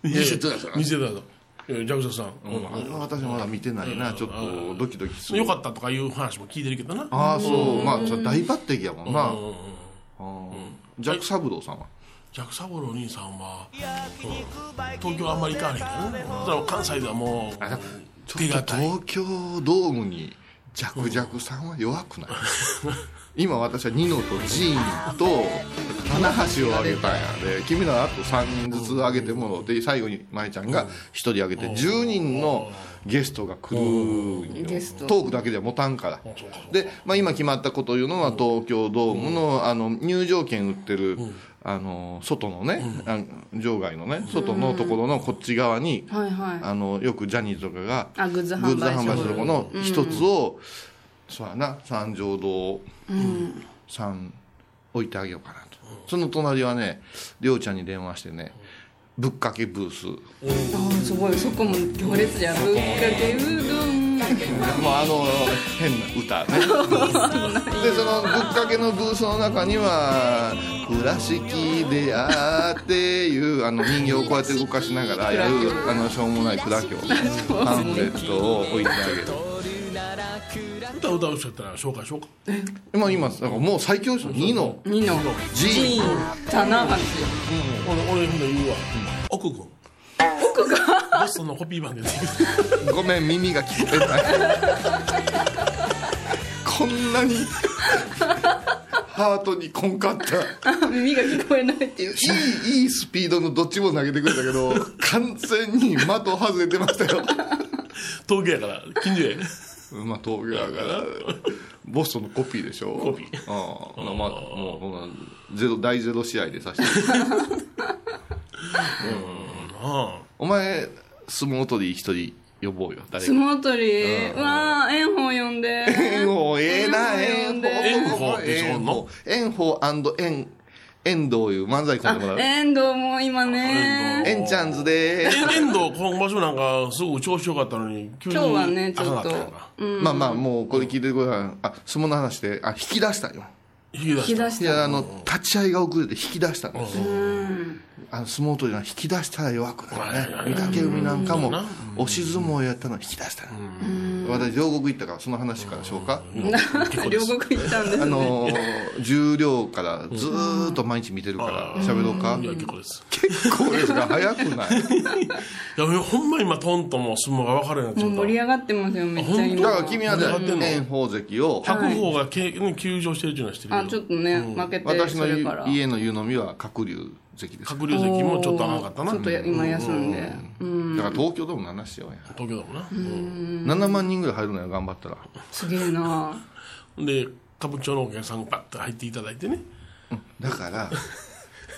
Speaker 3: 偽トラさん
Speaker 4: 偽トラさんいやジャクジャクさん、
Speaker 3: あれは私まだ見てないなちょっとドキドキす
Speaker 4: うん
Speaker 3: る
Speaker 4: よかったとかいう話も聞いてるけどな
Speaker 3: ああそうまあそれ大抜擢やもんなあージャック・サブローさんは
Speaker 4: ジャクサボロー兄さんは、うん東京あんまり行かへんからねだから関西ではもう
Speaker 3: ち
Speaker 4: 手
Speaker 3: ょっと
Speaker 4: 堅い
Speaker 3: 東京ドームにジャクジャクさんは弱 くない今私はニノとジーンと棚橋をあげたんやで君らあと3人ずつあげてもろて最後に舞ちゃんが1人あげて10人のゲストが来るんよ
Speaker 2: ゲスト
Speaker 3: トークだけでは持たんからで、まあ、今決まったこというのは東京ドームのあの入場券売ってるあの外のねあの場外のね外のところのこっち側に
Speaker 2: はいはい
Speaker 3: あのよくジャニーズとかが
Speaker 2: あグッズ
Speaker 3: グッ
Speaker 2: 販
Speaker 3: ズ
Speaker 2: 売
Speaker 3: 販売
Speaker 2: 所
Speaker 3: するとこの一つを、そうやな三条堂さん置いてあげようかなと、その隣はねりょうちゃんに電話してねぶっかけブース
Speaker 2: ああすごいそこも行列じゃんぶっかけうどん
Speaker 3: もうあの変な歌ね でそのぶっかけのブースの中には「倉敷であ」っていうあの人形をこうやって動かしながらやるあのしょうもない砕けをパンフレットを置いてあげる
Speaker 4: 歌歌う人やったら紹介しようか
Speaker 3: まあ今なんかもう最強でしょ2の
Speaker 2: ニノ
Speaker 3: ジ
Speaker 2: ジ
Speaker 3: ーン
Speaker 2: ーン棚橋
Speaker 4: 俺俺ほんで言うわ、奥君奥がボストンのコピー版で出てきた
Speaker 3: ごめん耳が聞こえないこんなにハートにこんかった
Speaker 2: 耳が聞こえないっていう
Speaker 3: いいいいスピードのどっちも投げてくれたけど完全に的外れてましたよ
Speaker 4: 東京やから近所や
Speaker 3: まあ東京だからボストンのコピーでしょコ
Speaker 4: ピー
Speaker 3: ああまあもうこんなゼロ第ゼロ試合でさして
Speaker 4: あ
Speaker 3: お前相撲取り一人呼ぼうよ誰
Speaker 2: 相
Speaker 3: か
Speaker 2: 撲取りうわあ炎鵬呼んで
Speaker 3: 炎鵬ええな炎鵬
Speaker 4: 炎鵬でしょ
Speaker 3: 炎鵬炎遠藤いう漫才組んでもらう
Speaker 2: 遠藤も今ね
Speaker 3: エンチャンズでーす。
Speaker 4: え遠藤今場所なんかすごい調子良かったのに急に
Speaker 2: 今日はねちょ
Speaker 4: あ
Speaker 2: っ
Speaker 4: か
Speaker 2: と
Speaker 4: んかたから
Speaker 3: まあまあ、もうこれ聞いてください。あ、相撲の話で、あ、引き出したよ。
Speaker 4: 引き出
Speaker 2: 引き
Speaker 4: した
Speaker 2: 出
Speaker 3: い
Speaker 2: し
Speaker 3: や、
Speaker 2: た
Speaker 3: あの、立ち合いが遅れて引き出したんですよ。あの、相撲取りは引き出したら弱くなるね。御嶽海なんかも、押し相撲やったの引き出したの。私、両国行ったから、その話からしようか。
Speaker 2: 両国行ったんですね
Speaker 3: あのー、重量からずーっと毎日見てるから、喋ろうか
Speaker 4: い。や結構です
Speaker 3: 結構ですが、早くない
Speaker 4: いやほんま今トントンも相撲が分かるようになっち
Speaker 2: も
Speaker 4: ゃ
Speaker 2: う
Speaker 4: った
Speaker 2: 盛り上がってますよめっちゃ
Speaker 3: だか
Speaker 2: 今
Speaker 3: ら君はね、炎鵬関を、
Speaker 4: 白鵬がけ、休場してるっていうのは知ってる
Speaker 2: あ
Speaker 4: け
Speaker 2: ち
Speaker 4: ど
Speaker 2: ょっとね負けて
Speaker 3: 私
Speaker 2: そ
Speaker 3: の
Speaker 2: れから
Speaker 3: 家の湯飲みは鶴竜関です。
Speaker 4: 鶴竜関もちょっとあかんかったな
Speaker 2: ちょっと今休んで
Speaker 3: だから東京ドーム7しようや、
Speaker 4: 東京だもんな、うん
Speaker 3: 7万人ぐらい入るのよ頑張ったら
Speaker 2: すげえな
Speaker 4: で歌舞伎町のお客さんがパッと入っていただいてね
Speaker 3: だから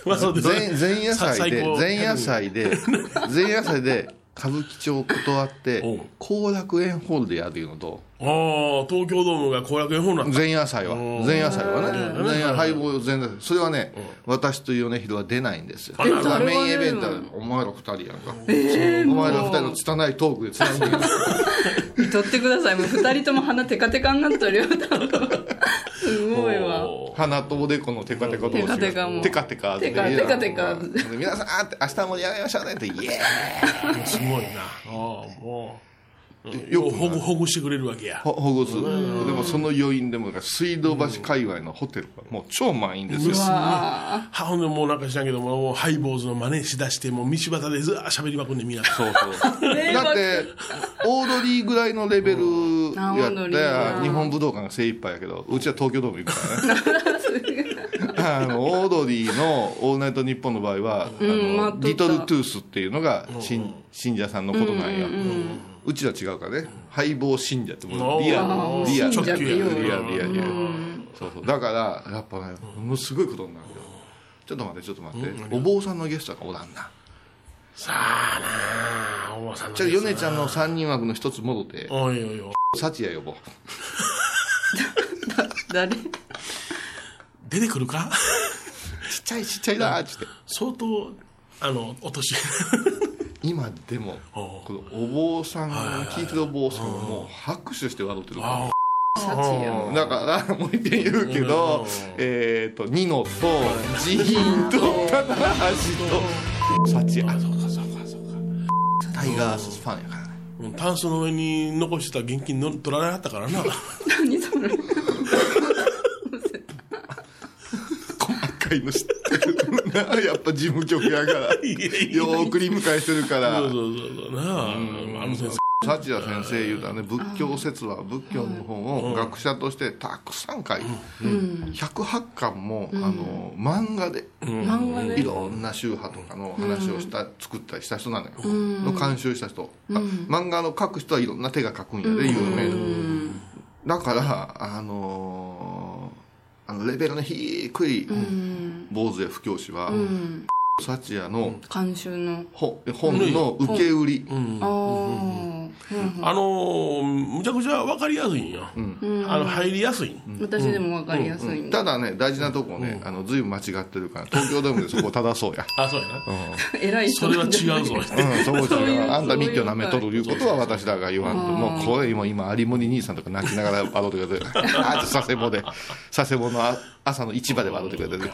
Speaker 4: まあそうです
Speaker 3: 前前夜祭で
Speaker 4: 最高
Speaker 3: 前夜祭で 前夜祭で歌舞伎町断って
Speaker 4: おう
Speaker 3: 後楽園ホールでやるいうのと
Speaker 4: ああ東京ドームが後楽園ホールなんだ
Speaker 3: 前夜祭は前夜祭はね前夜敗北前夜祭それはね私と米広は出ないんですよ
Speaker 4: え
Speaker 3: だから
Speaker 2: 誰
Speaker 3: メ
Speaker 2: が
Speaker 3: インイベントはお前ら二人やんかお前ら二人の拙いトークでつなぐ
Speaker 2: 取ってくださいもう二人とも鼻テカテカになっとるよ多分すごいわ
Speaker 3: 鼻とおでこのテカテカ同士が
Speaker 2: テカテカも
Speaker 3: テカテカで
Speaker 2: テカテカテカ
Speaker 3: 皆さんあって明日盛り上がりましょうねってイエーイ
Speaker 4: すごいなああも
Speaker 3: ってよく
Speaker 4: ほ
Speaker 3: な
Speaker 4: ぐ
Speaker 3: る
Speaker 4: ほぐしてくれるわけや
Speaker 3: ほほぐすでもその余韻でも水道橋界隈のホテルはもう超満員ですよ
Speaker 2: わ
Speaker 4: はほんでもうなんか知らんけどももうハイ坊主の真似しだしてもう道端でずーしゃべりまくんでみんな
Speaker 3: そうそうだってオードリーぐらいのレベルや
Speaker 2: うんあオード
Speaker 3: っ
Speaker 2: リ
Speaker 3: た
Speaker 2: ー
Speaker 3: ら
Speaker 2: な
Speaker 3: 日本武道館が精一杯やけどうちは東京ドーム行く からねあのオードリーの「オールナイトニッポン」の場合は「あ
Speaker 2: ん
Speaker 3: の
Speaker 2: 待っとった
Speaker 3: リトルトゥース」っていうのが信信者さんのことなんやうちは違うからね敗亡信者ってもうリアルリアル
Speaker 2: 信者って
Speaker 3: リ
Speaker 2: 言
Speaker 3: ア
Speaker 2: う
Speaker 3: ル
Speaker 2: よ
Speaker 3: リアルリアルそうそうだからやっぱねものすごいことになるよちょっと待ってちょっと待ってお坊さんのゲストがおらんな
Speaker 4: さあな あおばさんの
Speaker 3: じゃあヨネちゃんの3人枠の一つ戻って
Speaker 4: おいおいおい
Speaker 3: 幸也呼ぼう
Speaker 2: 誰
Speaker 4: 出てくるか
Speaker 3: ちっちゃいちっちゃいなーっつって
Speaker 4: 相当あのお年
Speaker 3: 今でもこのお坊さん聞いてるお坊さんはもう拍手して笑ってる
Speaker 4: あ
Speaker 2: サチよ。
Speaker 3: だからもう一遍言うけどえっとニノとジーンと棚橋と幸
Speaker 4: あ
Speaker 3: 也
Speaker 4: そうかそうかそうか
Speaker 3: タイガースファンやからね
Speaker 4: うんタンスの上に残してた現金の取られはったからな
Speaker 2: 何それ。
Speaker 3: 細かいの知ってるなやっぱ事務局やからよ
Speaker 4: いやいや
Speaker 3: ーく理向かいしてるから
Speaker 4: そうそうそうそうなああの先生
Speaker 3: 幸也先生言うたらね仏教説話仏教の本を学者としてたくさん書いて、108巻も、あの漫画で、
Speaker 2: 漫画
Speaker 3: い
Speaker 2: で。
Speaker 3: ろんな宗派とかの話をした、作ったりした人なのよ、の監修した人、あ漫画の書く人はいろんな手が書くんやで有名な、だからあのーあのレベルの低い坊主や布教師は、幸也の
Speaker 2: 監修の。
Speaker 3: 本本の受け売り、
Speaker 2: ああ。うん
Speaker 4: あのーむちゃくちゃ分かりやすいんや、あの入りやすいん、
Speaker 2: 私でもわかりやすいんだ。
Speaker 3: ただね大事なとこね、あのずいぶん間違ってるから東京ドームでそこを正そうや
Speaker 4: あそうやな、
Speaker 2: 偉い人
Speaker 4: それは違うぞ
Speaker 3: うんそこ違う
Speaker 2: そういう
Speaker 3: あんた密教なめとるいうことは私らが言わんともうこれ今今有森兄さんとか泣きながら笑ってくれてるあと佐世保で佐世保のあ朝の市場で笑ってくれてる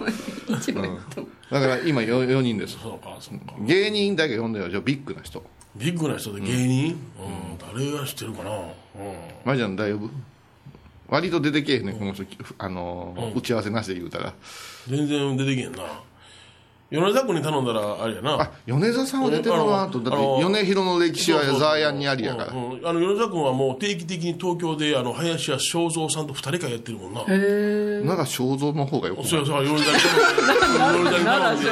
Speaker 2: 一番いいと思う
Speaker 3: だから今 4, 四人です
Speaker 4: そうかそうか
Speaker 3: 芸人だけ呼んでよじゃあビッグな人
Speaker 4: ビッグな人で芸人、うん誰が知ってるかな、うん、
Speaker 3: マジャン大呼ぶ割と出てけえへんねこの人、あのー打ち合わせなしで言うたら
Speaker 4: 全然出てけへんな米田君に頼んだらあれやな
Speaker 3: あ米沢さんは出てるなとだって米広の歴史はザーヤンにありやから
Speaker 4: うんうんあの米田君はもう定期的に東京であの林家正蔵さんと二人会やってるもんな
Speaker 3: なら正蔵の方がよくない
Speaker 4: そうやそうや米田君米田君頼んで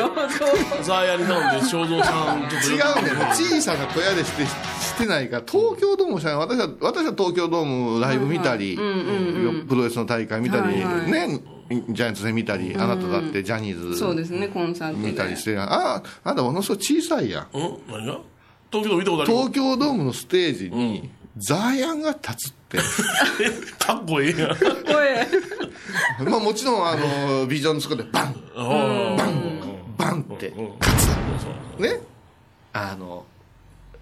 Speaker 4: ザーヤに頼んで正蔵さんちょっと
Speaker 3: 違うねんもう小さな小屋でしてしてないから東京ドームじゃない私は私は東京ドームライブ見たり、よプロレスの大会見たり、
Speaker 2: はいはい
Speaker 3: ねジャイアンツ戦見たり、あなただってジャニー
Speaker 2: そうで
Speaker 3: ズ
Speaker 2: すね、コンサートで。
Speaker 3: 見たりしてあああなたものすごい小さいやん
Speaker 4: うん何が東京でも見たことある
Speaker 3: 東京ドームのステージに、ザーヤンが立つって。
Speaker 4: かっこええやん
Speaker 2: 声。
Speaker 3: まあもちろん、あの、ビジョンのそこでバン
Speaker 4: あ
Speaker 3: バンバンって、勝つ。ねあの、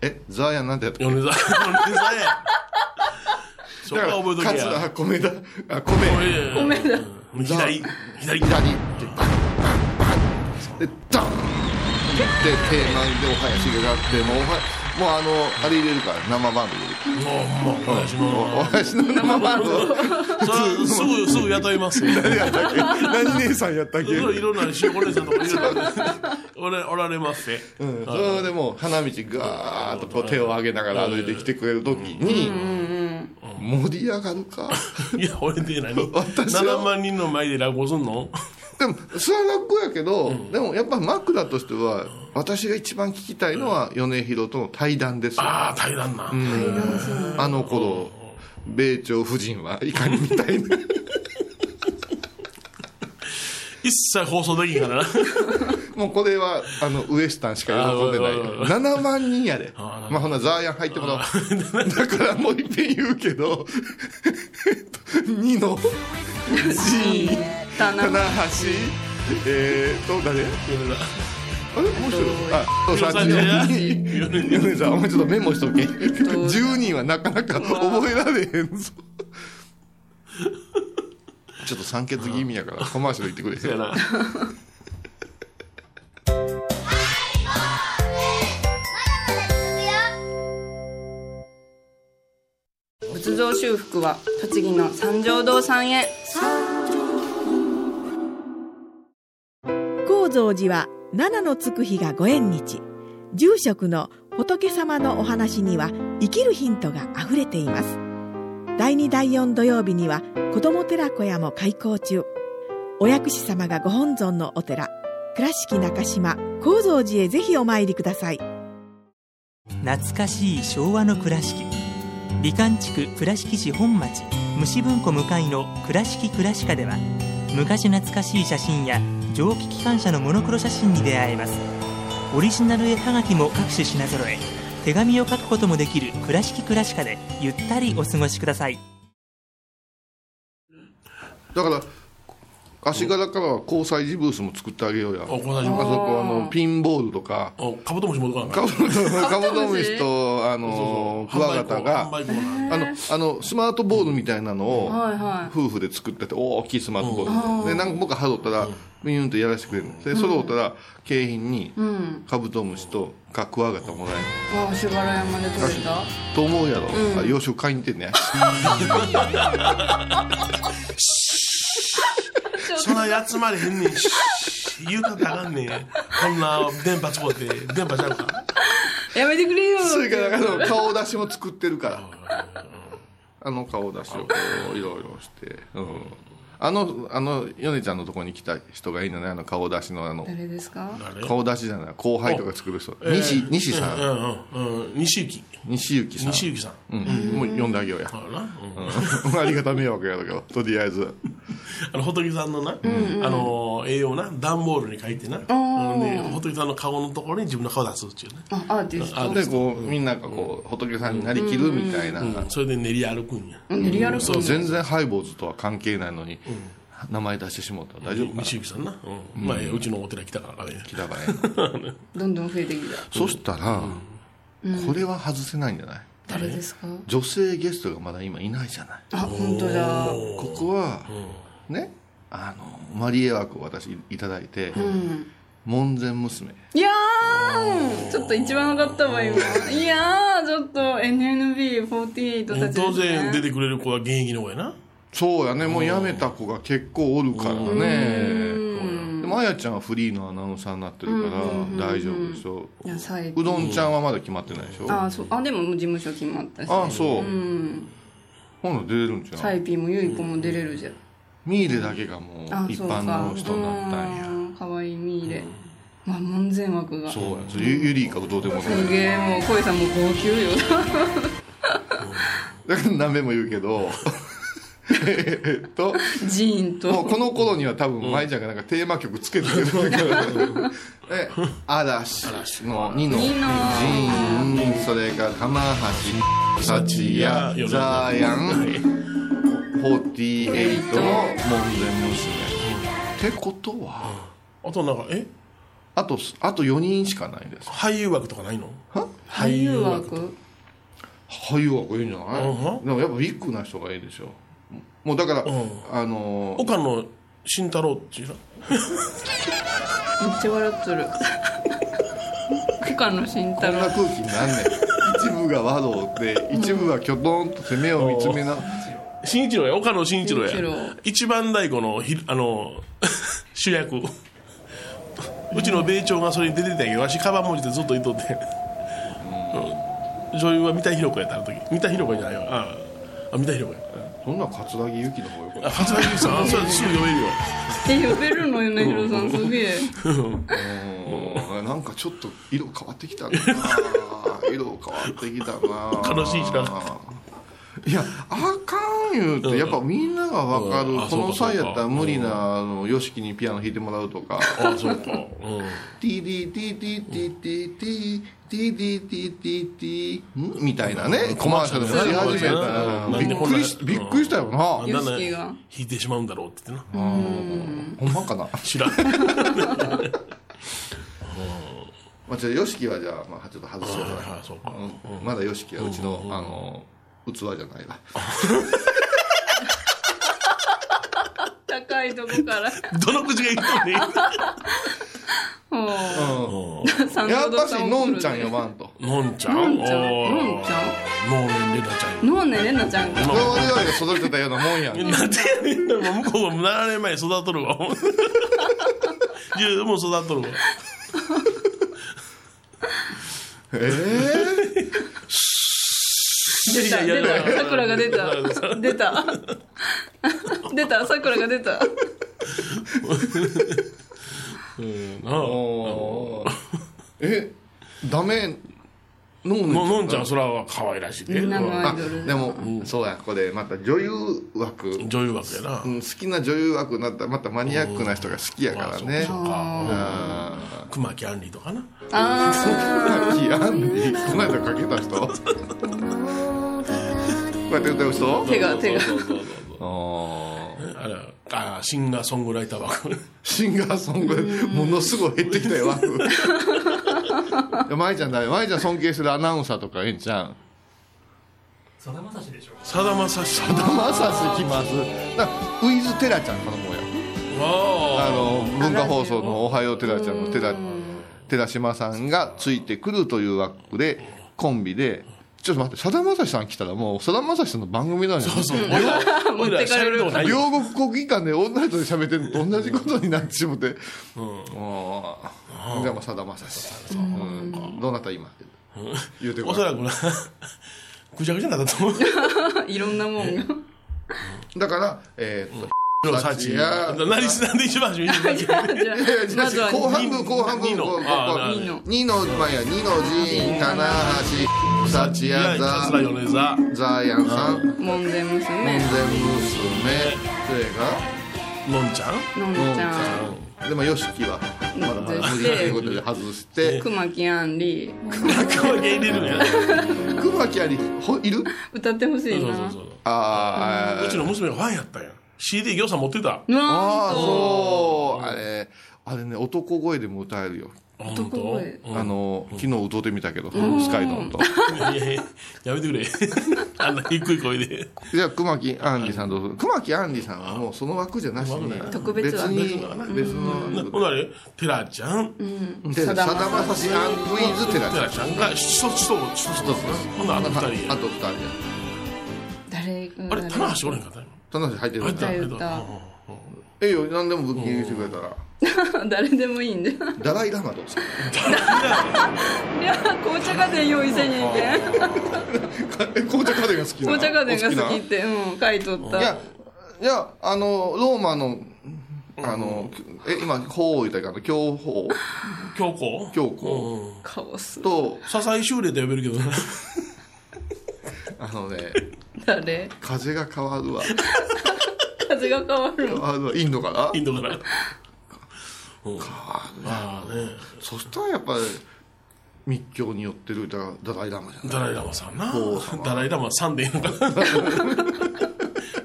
Speaker 3: え、ザーヤンなんてやった
Speaker 4: ー米沢米沢やそこ
Speaker 3: だか
Speaker 4: は
Speaker 3: ら、
Speaker 4: 覚えと
Speaker 3: 勝
Speaker 4: け
Speaker 3: つ、
Speaker 4: や
Speaker 3: あ、米だ、あ、米。
Speaker 4: 米左
Speaker 3: 左っ
Speaker 4: 左
Speaker 3: てバンバンバンでダンって手前でおはやしがあってもうおはもうあのあれ入れるから生バンド入れる
Speaker 4: もうもう私
Speaker 3: お
Speaker 4: も
Speaker 3: はやしの生バンド
Speaker 4: それはすぐすぐ雇いますよ
Speaker 3: 何姉さんやったっけ
Speaker 4: いろいろな塩こねさんとかいろいろ俺おられますね
Speaker 3: うんそれでもう花道ガーッとこう手を上げながら歩いてきてくれる時に盛り上がるか
Speaker 4: いや俺で何
Speaker 3: 私は
Speaker 4: 7万人の前で落語すんの
Speaker 3: でもそれは楽やけどでもやっぱ枕としては私が一番聞きたいのは米広との対談ですよ
Speaker 4: ああ対談な
Speaker 3: あの頃米朝夫人はいかにみたいな
Speaker 4: 一切放送できんからな
Speaker 3: もうこれはあのウエスタンしか喜んでない
Speaker 4: あー
Speaker 3: 7万人やでまあほなザーヤン入ってもらおうだからもういっぺん言うけど2の
Speaker 2: い
Speaker 3: ジ
Speaker 2: い
Speaker 3: ーン
Speaker 2: 棚
Speaker 3: 棚橋えーと誰あれもう一人あそう
Speaker 4: 広
Speaker 3: さ
Speaker 4: 沢
Speaker 3: っき
Speaker 4: 広沢
Speaker 3: 米さんお前ちょっとメモしとけ
Speaker 2: と
Speaker 3: 10人はなかなか覚えられへんぞちょっと酸欠気味やからコマーシャル行ってくれ
Speaker 4: そうやな
Speaker 1: まだまだ続くよ
Speaker 2: 修復は栃木の三条堂さんへ
Speaker 1: 高蔵寺は七のつく日がご縁日住職の仏様のお話には生きるヒントがあふれています第2第4土曜日には子ども寺小屋も開校中お薬師様がご本尊のお寺倉敷中島・高蔵寺へぜひお参りください
Speaker 6: 懐かしい昭和の倉敷美観地区倉敷市本町虫文庫向かいの「倉敷倉歯科」では昔懐かしい写真や蒸気機関車のモノクロ写真に出会えますオリジナル絵はがきも各種品揃え手紙を書くこともできる「倉敷倉歯科」でゆったりお過ごしください
Speaker 3: だから足柄からは交際時ブースも作ってあげようやあそ
Speaker 4: 交
Speaker 3: こ
Speaker 4: 際
Speaker 3: あ
Speaker 4: 時ブース
Speaker 3: のピンボール とか
Speaker 4: おカブトムシ持ってこな
Speaker 3: カ
Speaker 4: か
Speaker 3: ブ
Speaker 4: っ
Speaker 3: カブトムシとあのクワガタが
Speaker 4: 販売コーナー販売コーナー
Speaker 3: あのあのスマートボールみたいなのを
Speaker 2: はいは
Speaker 3: 夫婦で作ってて大きいスマートボールでなんか僕がハドったらビューンとやらせてくれるので揃ったら景品に
Speaker 2: いうん
Speaker 3: カブトムシとかクワガタもらえる
Speaker 2: あ足柄山で取れた
Speaker 3: と思うやろ、
Speaker 2: うん
Speaker 3: あ洋食買いに行ってね
Speaker 4: そんな集まれへんねんし言うかったらあかんねんこんな電波つこうて電波ちゃうから
Speaker 2: やめてくれよ
Speaker 3: それからあの顔出しも作ってるからあの顔出しをこういろいろして、うん、あのあの米ちゃんのとこに来た人がいいのねあの顔出しのあの
Speaker 2: 誰ですか
Speaker 4: あれ
Speaker 3: 顔出しじゃない後輩とか作る人、
Speaker 4: えー
Speaker 3: 西西さん、
Speaker 4: うんうんうん西行き
Speaker 3: 西行さん
Speaker 4: 西行きさん
Speaker 3: うん、もう呼んであげようや
Speaker 4: あら うん
Speaker 3: ありがた迷惑やだけどとりあえず
Speaker 4: あの仏さんのな、あの栄養な段ボールに書いてな、うんで仏さんの顔のところに自分の顔出すっていうね、
Speaker 2: あアーティス
Speaker 4: あ
Speaker 2: ト
Speaker 3: でこうみんながこう仏さんになりきるみたいな、
Speaker 4: うんそれで練り歩くんや、
Speaker 2: うんリアルそう
Speaker 3: 全然ハイボーズとは関係ないのに、名前出してしまったら大丈夫かな
Speaker 4: 西行きさんな、うんまあうちのお寺来たからね
Speaker 3: 北原への
Speaker 2: どんどん増えてきた
Speaker 3: そしたら、これは外せないんじゃない
Speaker 2: 誰ですか
Speaker 3: 女性ゲストがまだ今いないじゃない
Speaker 2: あ本当だ
Speaker 3: ここは、ねあのマリエ枠を私いただいて、
Speaker 2: うん
Speaker 3: 門前娘
Speaker 2: いやーちょっと一番上がったわ今いやーちょっと NNB48 たち
Speaker 4: 当然出
Speaker 2: て
Speaker 4: てくれる子は現役の子やな
Speaker 3: そうやねもう辞めた子が結構おるからね
Speaker 2: うん
Speaker 3: でもあやちゃんはフリーのアナウンサーになってるから大丈夫でしょ
Speaker 2: いや最
Speaker 3: う
Speaker 2: 高
Speaker 3: どんちゃんはまだ決まってないでしょ
Speaker 2: あそうあでも事務所決まったし
Speaker 3: あそう
Speaker 2: うん
Speaker 3: ほな出れるんちゃ
Speaker 2: サ
Speaker 3: う
Speaker 2: イピーもユイコも出れるじゃん
Speaker 3: ミーレだけがもう
Speaker 2: あ
Speaker 3: 一
Speaker 2: そう
Speaker 3: 般
Speaker 2: か
Speaker 3: の人になったんや
Speaker 2: うんかわいいミーレまあ門前枠が
Speaker 3: そう
Speaker 2: す
Speaker 3: やそれゆゆりいかどうでもない
Speaker 2: げえもう恋さんもう号泣よ
Speaker 3: だから 何べも言うけど えっと
Speaker 2: ジーン
Speaker 3: も
Speaker 2: と
Speaker 3: うこの頃には多分舞ちゃんがなんかテーマ曲つけてくれるから え嵐の2の
Speaker 2: ニノ
Speaker 3: ジーンそれから玉橋サチヤ
Speaker 4: 夜
Speaker 3: ザーヤン48の門前娘ってことは
Speaker 4: あとなんかえ
Speaker 3: あとあと4人しかないです
Speaker 4: 俳優枠とかないの
Speaker 2: 俳優枠
Speaker 3: 俳優枠いいんじゃない
Speaker 4: うんうん
Speaker 3: でもやっぱウィッグな人がいいでしょもうだから
Speaker 4: ん
Speaker 3: あのー
Speaker 4: 岡野慎太郎っていうな
Speaker 2: めっちゃ笑っとる岡野慎太
Speaker 3: こんな
Speaker 2: 郎
Speaker 3: 空気になんねん一部が和道で一部はきょとんと攻めを見つめな
Speaker 4: 慎一郎や岡野慎一郎や
Speaker 2: 慎一郎
Speaker 4: 一番太鼓のひあの 主役うちの米朝がそれに出てたんやけどわしカバン持ちでずっといとって、うん女優は三田寛子やったあの時三田寛子じゃないわああ三田寛子や
Speaker 3: そんな桂木由紀の方がよくな
Speaker 4: あ
Speaker 3: い
Speaker 4: 初田さんあそれすぐ読めるよ
Speaker 2: え呼べるのよねひろさんすげえ
Speaker 3: うんなんかちょっと色変わってきたな色変わってきたな
Speaker 4: 悲しいじゃん
Speaker 3: いやあかん言うてやっぱみんなが分かる、
Speaker 4: うんあ
Speaker 3: この際やった
Speaker 4: そうかそうから
Speaker 3: 無理なあの YOSHIKI にピアノ弾いてもらうとか
Speaker 4: あそうか、うん、
Speaker 3: 「ティーティーティーティーティーティーティーティーティーティーティーんみたいなねコマーシャルもし始めたら
Speaker 4: うん
Speaker 3: びっくりしびっくりしたよな
Speaker 4: あ
Speaker 2: ユ
Speaker 4: な
Speaker 2: ー
Speaker 4: ん
Speaker 2: ス
Speaker 4: だ
Speaker 2: ケが
Speaker 4: 弾いてしまうんだろうって言ってな
Speaker 3: ほんまかな
Speaker 4: 知らん
Speaker 3: まあ、じゃあ、ヨシキはじゃあ、まあ、ちょっと外そうかな。
Speaker 4: あそう
Speaker 3: う
Speaker 4: か
Speaker 3: んまだヨシキはうちの、あの、器じゃないわ。
Speaker 2: 高いとこから
Speaker 4: どの口がいいとね
Speaker 2: おー
Speaker 3: うん
Speaker 2: 三
Speaker 3: や
Speaker 2: 条
Speaker 3: っ
Speaker 2: 堂
Speaker 3: ぱ
Speaker 2: さ
Speaker 3: し、
Speaker 2: ん
Speaker 3: の
Speaker 2: も来る
Speaker 3: んちゃん呼ばんと。
Speaker 4: のんちゃん
Speaker 2: のんちゃん
Speaker 4: おー
Speaker 2: のんちゃ
Speaker 4: のんねなちゃん
Speaker 2: のねれなちゃんが
Speaker 3: 我々が育てたようなもんやんね
Speaker 4: なんでやねんなもう向こうが7年前に育っとるわ 十分育っとるわ
Speaker 3: ええ
Speaker 4: いやいやいやいや
Speaker 2: さくらが出た出た出たさくらが出た
Speaker 4: うんなあ
Speaker 3: おーえダメのん
Speaker 4: ののんちゃんそれは可愛らしいね
Speaker 2: みんなのア
Speaker 3: あ
Speaker 2: イドル
Speaker 3: でもそうやここでまた女優枠うん
Speaker 4: 女優枠やな
Speaker 3: 好きな女優枠になったらまたマニアックな人が好きやからねあ
Speaker 4: 熊木あんりとかな
Speaker 2: あ
Speaker 3: ーそんな気あんねんこの間かけた人こうやって歌う人
Speaker 2: 手が手が
Speaker 4: そうそうそうそう
Speaker 3: あー
Speaker 4: あれあシンガーソングライター枠
Speaker 3: シンガーソングものすごい減ってきたよ枠いや舞ちゃんだめ舞ちゃん尊敬するアナウンサーとかええんちゃん
Speaker 5: さだまさしでしょ
Speaker 4: さだまさしさ
Speaker 3: さだまさし来ますなウィズテラちゃん頼もうよあの文化放送の「おはようテラちゃん」のテラ寺島さんがついてくるという枠でコンビでちょっと待ってさだまさしさん来たらもうさだまさしさんの番組なんじゃない
Speaker 4: そう俺ら俺ら喋るとこないよ
Speaker 3: 両国国技館で女の人で喋ってるのと同じことになってしもて、もうじゃあもうさだまさしさん、うんどうなった今言うてご
Speaker 4: おそ
Speaker 3: らん
Speaker 4: らくな ぐちゃぐちゃになったと思う
Speaker 2: いろんなもんが
Speaker 3: だからえーっと
Speaker 4: のサチ
Speaker 3: いや
Speaker 4: 何し なんで一番初めに言ったっけ
Speaker 2: じゃあ
Speaker 3: いや
Speaker 2: まずは
Speaker 3: 後半
Speaker 4: ニ
Speaker 3: 分後半分
Speaker 4: ニノ
Speaker 3: こうこう
Speaker 4: あ
Speaker 2: ニノ
Speaker 3: 二の前や二の陣棚橋幸
Speaker 4: いや
Speaker 3: 谷
Speaker 4: さ
Speaker 3: ザ
Speaker 4: すが米沢
Speaker 3: ザーヤンさん門
Speaker 2: もんで
Speaker 3: 前
Speaker 2: 娘
Speaker 3: 娘
Speaker 4: のんちゃん
Speaker 2: のん
Speaker 3: それ
Speaker 2: ちゃ
Speaker 3: が
Speaker 2: ん
Speaker 3: でも YOSHIKI はまだ
Speaker 2: そし
Speaker 3: 無理という
Speaker 2: て
Speaker 3: ことで外して
Speaker 2: 熊木あんり
Speaker 4: 顔が入れるんや
Speaker 3: 熊木ありほいる
Speaker 2: 歌ってほしい
Speaker 4: そうそ
Speaker 2: な
Speaker 4: うそう
Speaker 3: ああ
Speaker 4: うちの娘がファンやったんや CD 業者持ってた
Speaker 2: う
Speaker 3: あ
Speaker 2: わー
Speaker 3: あそうあれあれね男声でも歌えるよ、
Speaker 4: 本当
Speaker 2: 声
Speaker 4: うん
Speaker 3: あの昨日歌うてみたけど、スカイドンと
Speaker 4: いやいや やめてくれ あんな低い声で
Speaker 3: じゃあ熊木あんりさんどうぞ熊木あんりさんはもうその枠じゃなしに
Speaker 2: 特別枠
Speaker 3: 別に別
Speaker 4: ほ
Speaker 3: の
Speaker 4: なあれテラちゃん
Speaker 3: でさ
Speaker 2: さだ
Speaker 3: だ
Speaker 2: まさし
Speaker 3: まさしアンクイズテラ
Speaker 4: テ
Speaker 3: ちゃん
Speaker 4: ラちゃんがしとしとしとしとほなあと二人
Speaker 3: あと
Speaker 4: や
Speaker 3: 二人や
Speaker 2: 誰
Speaker 4: あれ棚橋おれんかった
Speaker 3: 棚橋入ってるか
Speaker 2: た
Speaker 3: ら
Speaker 2: 入
Speaker 4: よ
Speaker 2: っ歌
Speaker 3: ええよ何でもブッキングしてくれたら
Speaker 2: 誰でもいいんで
Speaker 3: ダライラマどうですか
Speaker 2: いや紅茶家電用意せにいけん
Speaker 3: え紅茶家電が好きな
Speaker 2: 紅
Speaker 3: の
Speaker 2: 茶家電が好きっ
Speaker 3: お
Speaker 2: てうん書いとっ
Speaker 3: なのい
Speaker 2: た
Speaker 3: やいやあのローマのあのえ今法を言ったらいかんの教法
Speaker 4: 強行
Speaker 3: 教皇
Speaker 2: カオス
Speaker 3: と
Speaker 4: 笹井修礼と呼べるけど な
Speaker 3: あのね
Speaker 2: 誰
Speaker 3: 風が変わるわ
Speaker 2: 風が変わる
Speaker 3: 変わるわインドから
Speaker 4: インドからうんまあね
Speaker 3: そしたらやっぱり密教によってるダダライラマじゃない
Speaker 4: ダライラマさんな
Speaker 3: そうさま
Speaker 4: ダライラマさんでいいのか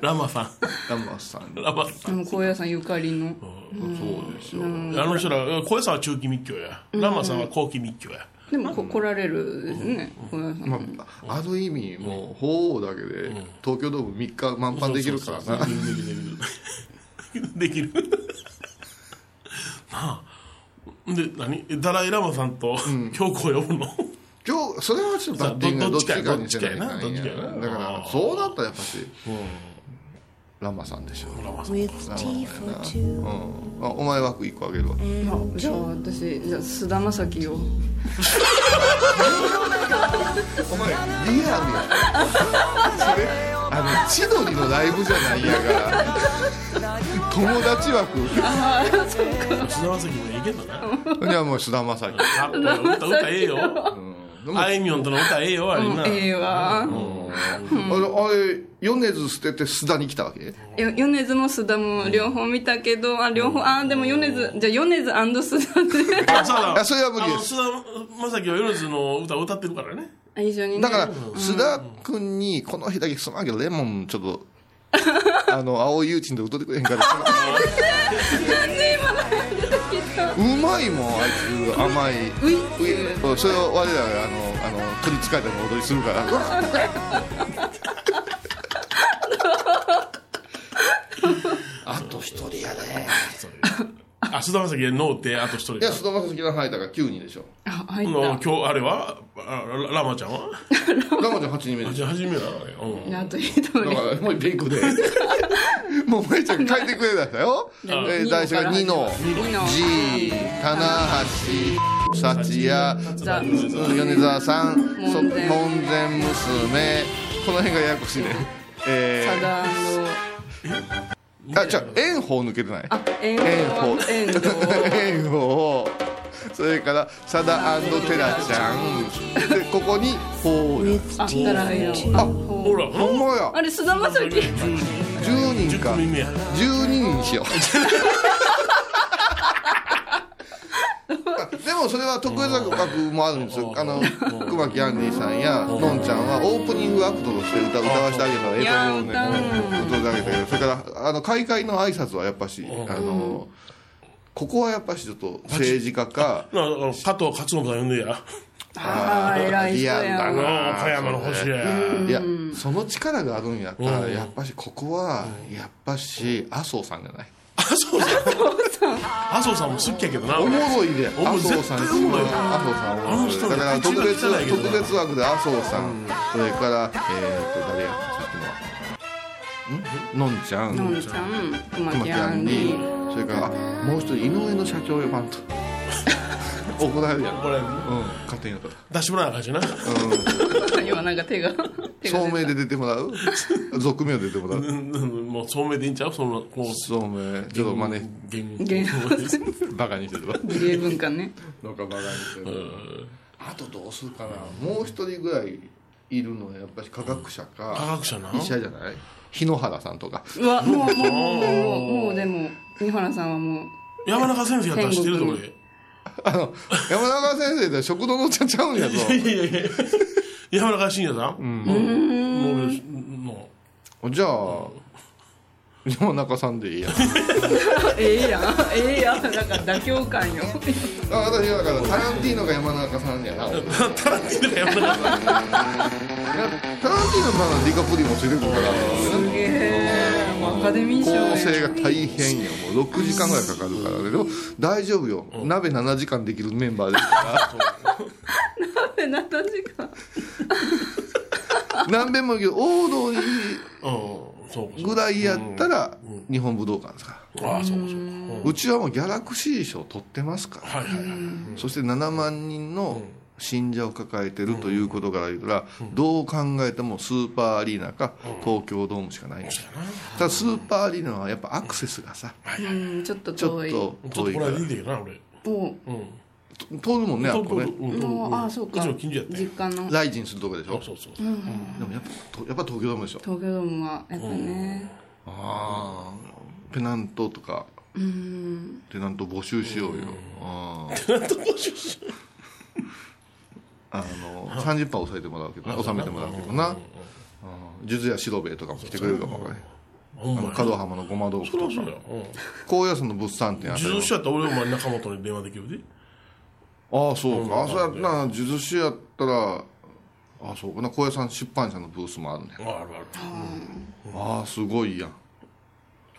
Speaker 4: なラマさ
Speaker 3: ラマさん
Speaker 4: んラマさ
Speaker 2: で
Speaker 4: ん
Speaker 2: も高野山ゆかりの
Speaker 3: そうですよ
Speaker 4: あの人ら小江さんは中期密教やラマさんは後期密教や
Speaker 2: でもこ来られるですね高野山
Speaker 3: まあ、ある意味もう法皇だけで東京ドーム3日満帆できるから
Speaker 4: そう
Speaker 3: な
Speaker 4: そうそうできるできるできるできるなあで何えダライ・ラマさんと教皇呼ぶの、
Speaker 3: 今日それはちょっとバッティングが
Speaker 4: どど
Speaker 3: どっ
Speaker 4: っち
Speaker 3: ち
Speaker 4: かや
Speaker 3: かにせないか
Speaker 4: どっ
Speaker 3: ん
Speaker 4: ち
Speaker 3: や
Speaker 4: かやなどっちかやな
Speaker 3: だからそうだったらやっぱしラマさんでしょラマさんやなうんあお前枠1個あげるわ
Speaker 2: あじゃあ私じゃあ菅田将暉を
Speaker 3: お前リアルやそれあの千鳥のライブじゃないやから友達枠
Speaker 4: 菅田将暉もいけんのなか
Speaker 3: じゃあもう菅田将暉
Speaker 4: っこいい歌歌ええよ
Speaker 3: でも
Speaker 4: あいみょんとの歌ええよあれな、
Speaker 2: ええわ
Speaker 3: あれあれ米津捨てて須田に来たわけ
Speaker 2: よ米津も須田も両方見たけどあ両方あでも米津じゃあ米津 須田
Speaker 4: あそうだ
Speaker 3: あそれは無理です
Speaker 4: あの菅田将暉は米津の歌を歌ってるからね
Speaker 2: で一緒にね
Speaker 3: だから、須田君に、この日だけすまんけど、レモンちょっと、あの、青い友人で歌ってくれへんから、
Speaker 2: なんで今なんでだ
Speaker 3: うまいもん、あいつ、甘い。
Speaker 2: けどウィッチュ
Speaker 3: それを我らが、あの、あの、取りつかれたの踊りするから。あと一人やで。
Speaker 2: あ
Speaker 4: あ須田将暉のってあと一人
Speaker 3: いや、菅田将暉のハイタが9人でしょ。
Speaker 2: あ、入
Speaker 4: う
Speaker 2: っ
Speaker 4: ん今日あれはあララマちゃんは
Speaker 3: ラマちゃん8人目でし
Speaker 4: 初
Speaker 3: ょ。
Speaker 4: 初めなのよ、う
Speaker 2: た。
Speaker 4: ん
Speaker 2: なんというとお
Speaker 3: だ
Speaker 2: り
Speaker 3: か。ら、もうピンクで。もう、萌ちゃん書いてくれたんだよ。
Speaker 2: あ
Speaker 3: えー、
Speaker 2: 二の
Speaker 3: 題詞がニノ、
Speaker 2: 二の
Speaker 3: G、棚橋、幸也、
Speaker 2: ザ
Speaker 3: 米沢さん、そ門
Speaker 2: 門前
Speaker 3: 前娘、この辺がややこしいね。え
Speaker 2: サダンの、
Speaker 3: ー、あ、じゃあ、炎鵬抜けてない。
Speaker 2: あ、エンド
Speaker 3: 炎鵬。
Speaker 2: エンド。
Speaker 3: 炎鵬。それから、サダテラちゃん。で、ここに、ほうや。
Speaker 2: あ、ダライの。
Speaker 3: あ、
Speaker 4: ほら
Speaker 3: ほんまや
Speaker 2: あ。れ、菅田将暉。
Speaker 3: 10人か
Speaker 4: 10組目や
Speaker 3: 12人にし ようあでもそれは得意作曲もあるんですよあの熊木アンディさんやのんちゃんはオープニングアクトとして歌歌わせてあげたらええ
Speaker 2: いや
Speaker 3: と思うね歌ってあげたけどそれからあの開会の挨拶はやっぱしあのここはやっぱしちょっと政治家か
Speaker 4: なあの加藤勝信さん呼んでや
Speaker 2: ああ、偉い人
Speaker 3: リアルだ
Speaker 4: あ
Speaker 2: や。
Speaker 4: の岡山の星や
Speaker 3: いやその力があるんやったらやっぱしここはやっぱし麻生さんじゃない
Speaker 4: 麻生さん麻生さんも好きやけどな
Speaker 3: おもろいで
Speaker 4: お
Speaker 3: 麻
Speaker 4: もろい
Speaker 3: 生さん
Speaker 4: 絶対おもろい
Speaker 3: 麻生さんおもろい
Speaker 4: あの人
Speaker 3: だから特別
Speaker 4: 一番汚いけどな
Speaker 3: 特別枠で麻生さんそれからえっと誰やさっきのはんのんちゃ
Speaker 2: の
Speaker 3: ん
Speaker 2: んちゃん、熊
Speaker 3: 熊
Speaker 2: 木
Speaker 3: 木
Speaker 2: ア
Speaker 3: ア
Speaker 2: ン
Speaker 3: ン
Speaker 2: デ
Speaker 3: デ
Speaker 2: ィ。
Speaker 3: ィそれからあもう一人井上の社長呼ばんと 怒られるやん
Speaker 4: これ
Speaker 3: うん勝手にやったら
Speaker 4: 出してもらわなあかんしな
Speaker 2: 今なんか手が、手が
Speaker 3: 聡
Speaker 2: 出
Speaker 3: 明で出てもらう俗名で出てもらう
Speaker 4: うんうんもう聡明でいいんちゃうそのこう
Speaker 3: 聡明ちょっと真似
Speaker 4: 言
Speaker 2: た。芸能
Speaker 3: バカにしてるわ
Speaker 2: 芸文化ね。
Speaker 3: なんかバカにしてるあとどうするかなもう一人ぐらいいるのはやっぱり科学者か
Speaker 4: 科学者な
Speaker 3: 医者じゃない日野原さんとか
Speaker 2: うわ、もう、もう、もう、もう、もう、でも、三原さんはもう、
Speaker 4: 山中先生やったら知ってるとこで
Speaker 3: あの山中先生って食堂のおっちゃんちゃうんやぞ
Speaker 4: いやいやいや山中信也さんうんも
Speaker 3: じゃあ山中さんでいいやん
Speaker 2: ええやん、ええやん、なんか妥協感よ。
Speaker 3: あ私はだからタランティーノが山中さんやな俺
Speaker 4: うタランティーノが山中さん
Speaker 3: タランティーノのまだディカプリもついてくるから
Speaker 2: すげえ、もうアカデミー賞
Speaker 3: 構
Speaker 2: や。
Speaker 3: 成が大変よもう6時間ぐらいかかるからねでも大丈夫よ鍋7時間できるメンバーですから
Speaker 2: 7時間。
Speaker 3: 何べんも言うけど王道に
Speaker 4: うんそうか
Speaker 3: ぐらいやったら日本武道館ですから
Speaker 4: そうかああそうかそうかうん
Speaker 3: うちはもうギャラクシー賞取ってますから
Speaker 4: はいはいはい
Speaker 3: そして7万人の信者を抱えてるということから言うたら、どう考えてもスーパーアリーナか東京ドームしかないんですよただスーパーアリーナはやっぱアクセスがさ、
Speaker 2: うん、ちょっと
Speaker 3: ち
Speaker 2: 遠
Speaker 3: ょっ
Speaker 2: い。
Speaker 3: と
Speaker 4: ちょ
Speaker 3: 遠
Speaker 4: っと
Speaker 3: い
Speaker 4: こ
Speaker 3: から
Speaker 4: れは出てきたな俺
Speaker 2: お
Speaker 4: うん
Speaker 3: 通るもんねあっこね
Speaker 4: うん
Speaker 2: もう、ああ、そうか。
Speaker 4: うちの近所やったよ
Speaker 2: 実家の
Speaker 3: ライジンするとこでしょ
Speaker 4: そうそうそう
Speaker 3: でもやっぱとやっぱ東京ドームでしょ
Speaker 2: 東京ドームは、やっぱね。
Speaker 3: ああペナントとか
Speaker 2: うん。
Speaker 3: ペナント募集しようよあーあの30%抑えてもらうけどな収めてもらうけどなうん数珠や白兵衛とかも来てくれるかもわからない
Speaker 4: ほんまや
Speaker 3: 角浜のごま豆腐
Speaker 4: そり
Speaker 3: と
Speaker 4: ゃ
Speaker 3: か
Speaker 4: そうだようん
Speaker 3: 高野山の物産展あった
Speaker 4: 自
Speaker 3: よ
Speaker 4: 動車やったら俺も中本に電話できるで
Speaker 3: ああそうか、あそうやったな数珠師やったらあそうかな高野山出版社のブースもあるね、
Speaker 4: ああるある
Speaker 3: ああすごいやん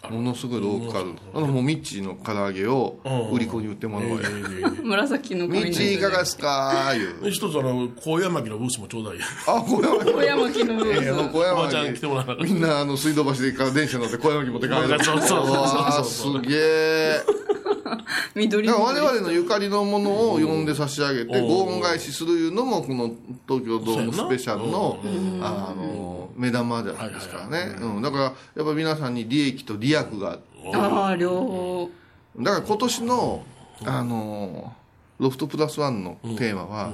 Speaker 3: ものすごいローカルあのもうミッチーの唐揚げを売り子に売ってもらおうよ、
Speaker 4: いやいやいや
Speaker 2: 紫の
Speaker 3: ミッチーいかがですかーいう
Speaker 4: で一つあの高山木のブースもちょうだいや
Speaker 3: あ小山木
Speaker 2: 小山木のブース
Speaker 3: えーもう小
Speaker 4: おばちゃ
Speaker 3: 山
Speaker 4: ん来てもらわなかっ
Speaker 3: 木みんなあの水道橋から電車乗って小山木持って帰る
Speaker 4: そうそうそうそう
Speaker 3: わあすげえ
Speaker 2: 緑
Speaker 3: だ
Speaker 2: の
Speaker 3: から我々のゆかりのものを呼んで差し上げてご恩返しするいうのもこの東京ドームスペシャルのあの目玉じゃないですかね、うん、だからやっぱ皆さんに利益と利益があって
Speaker 2: ああ両方
Speaker 3: だから今年のあのロフトプラスワンのテーマは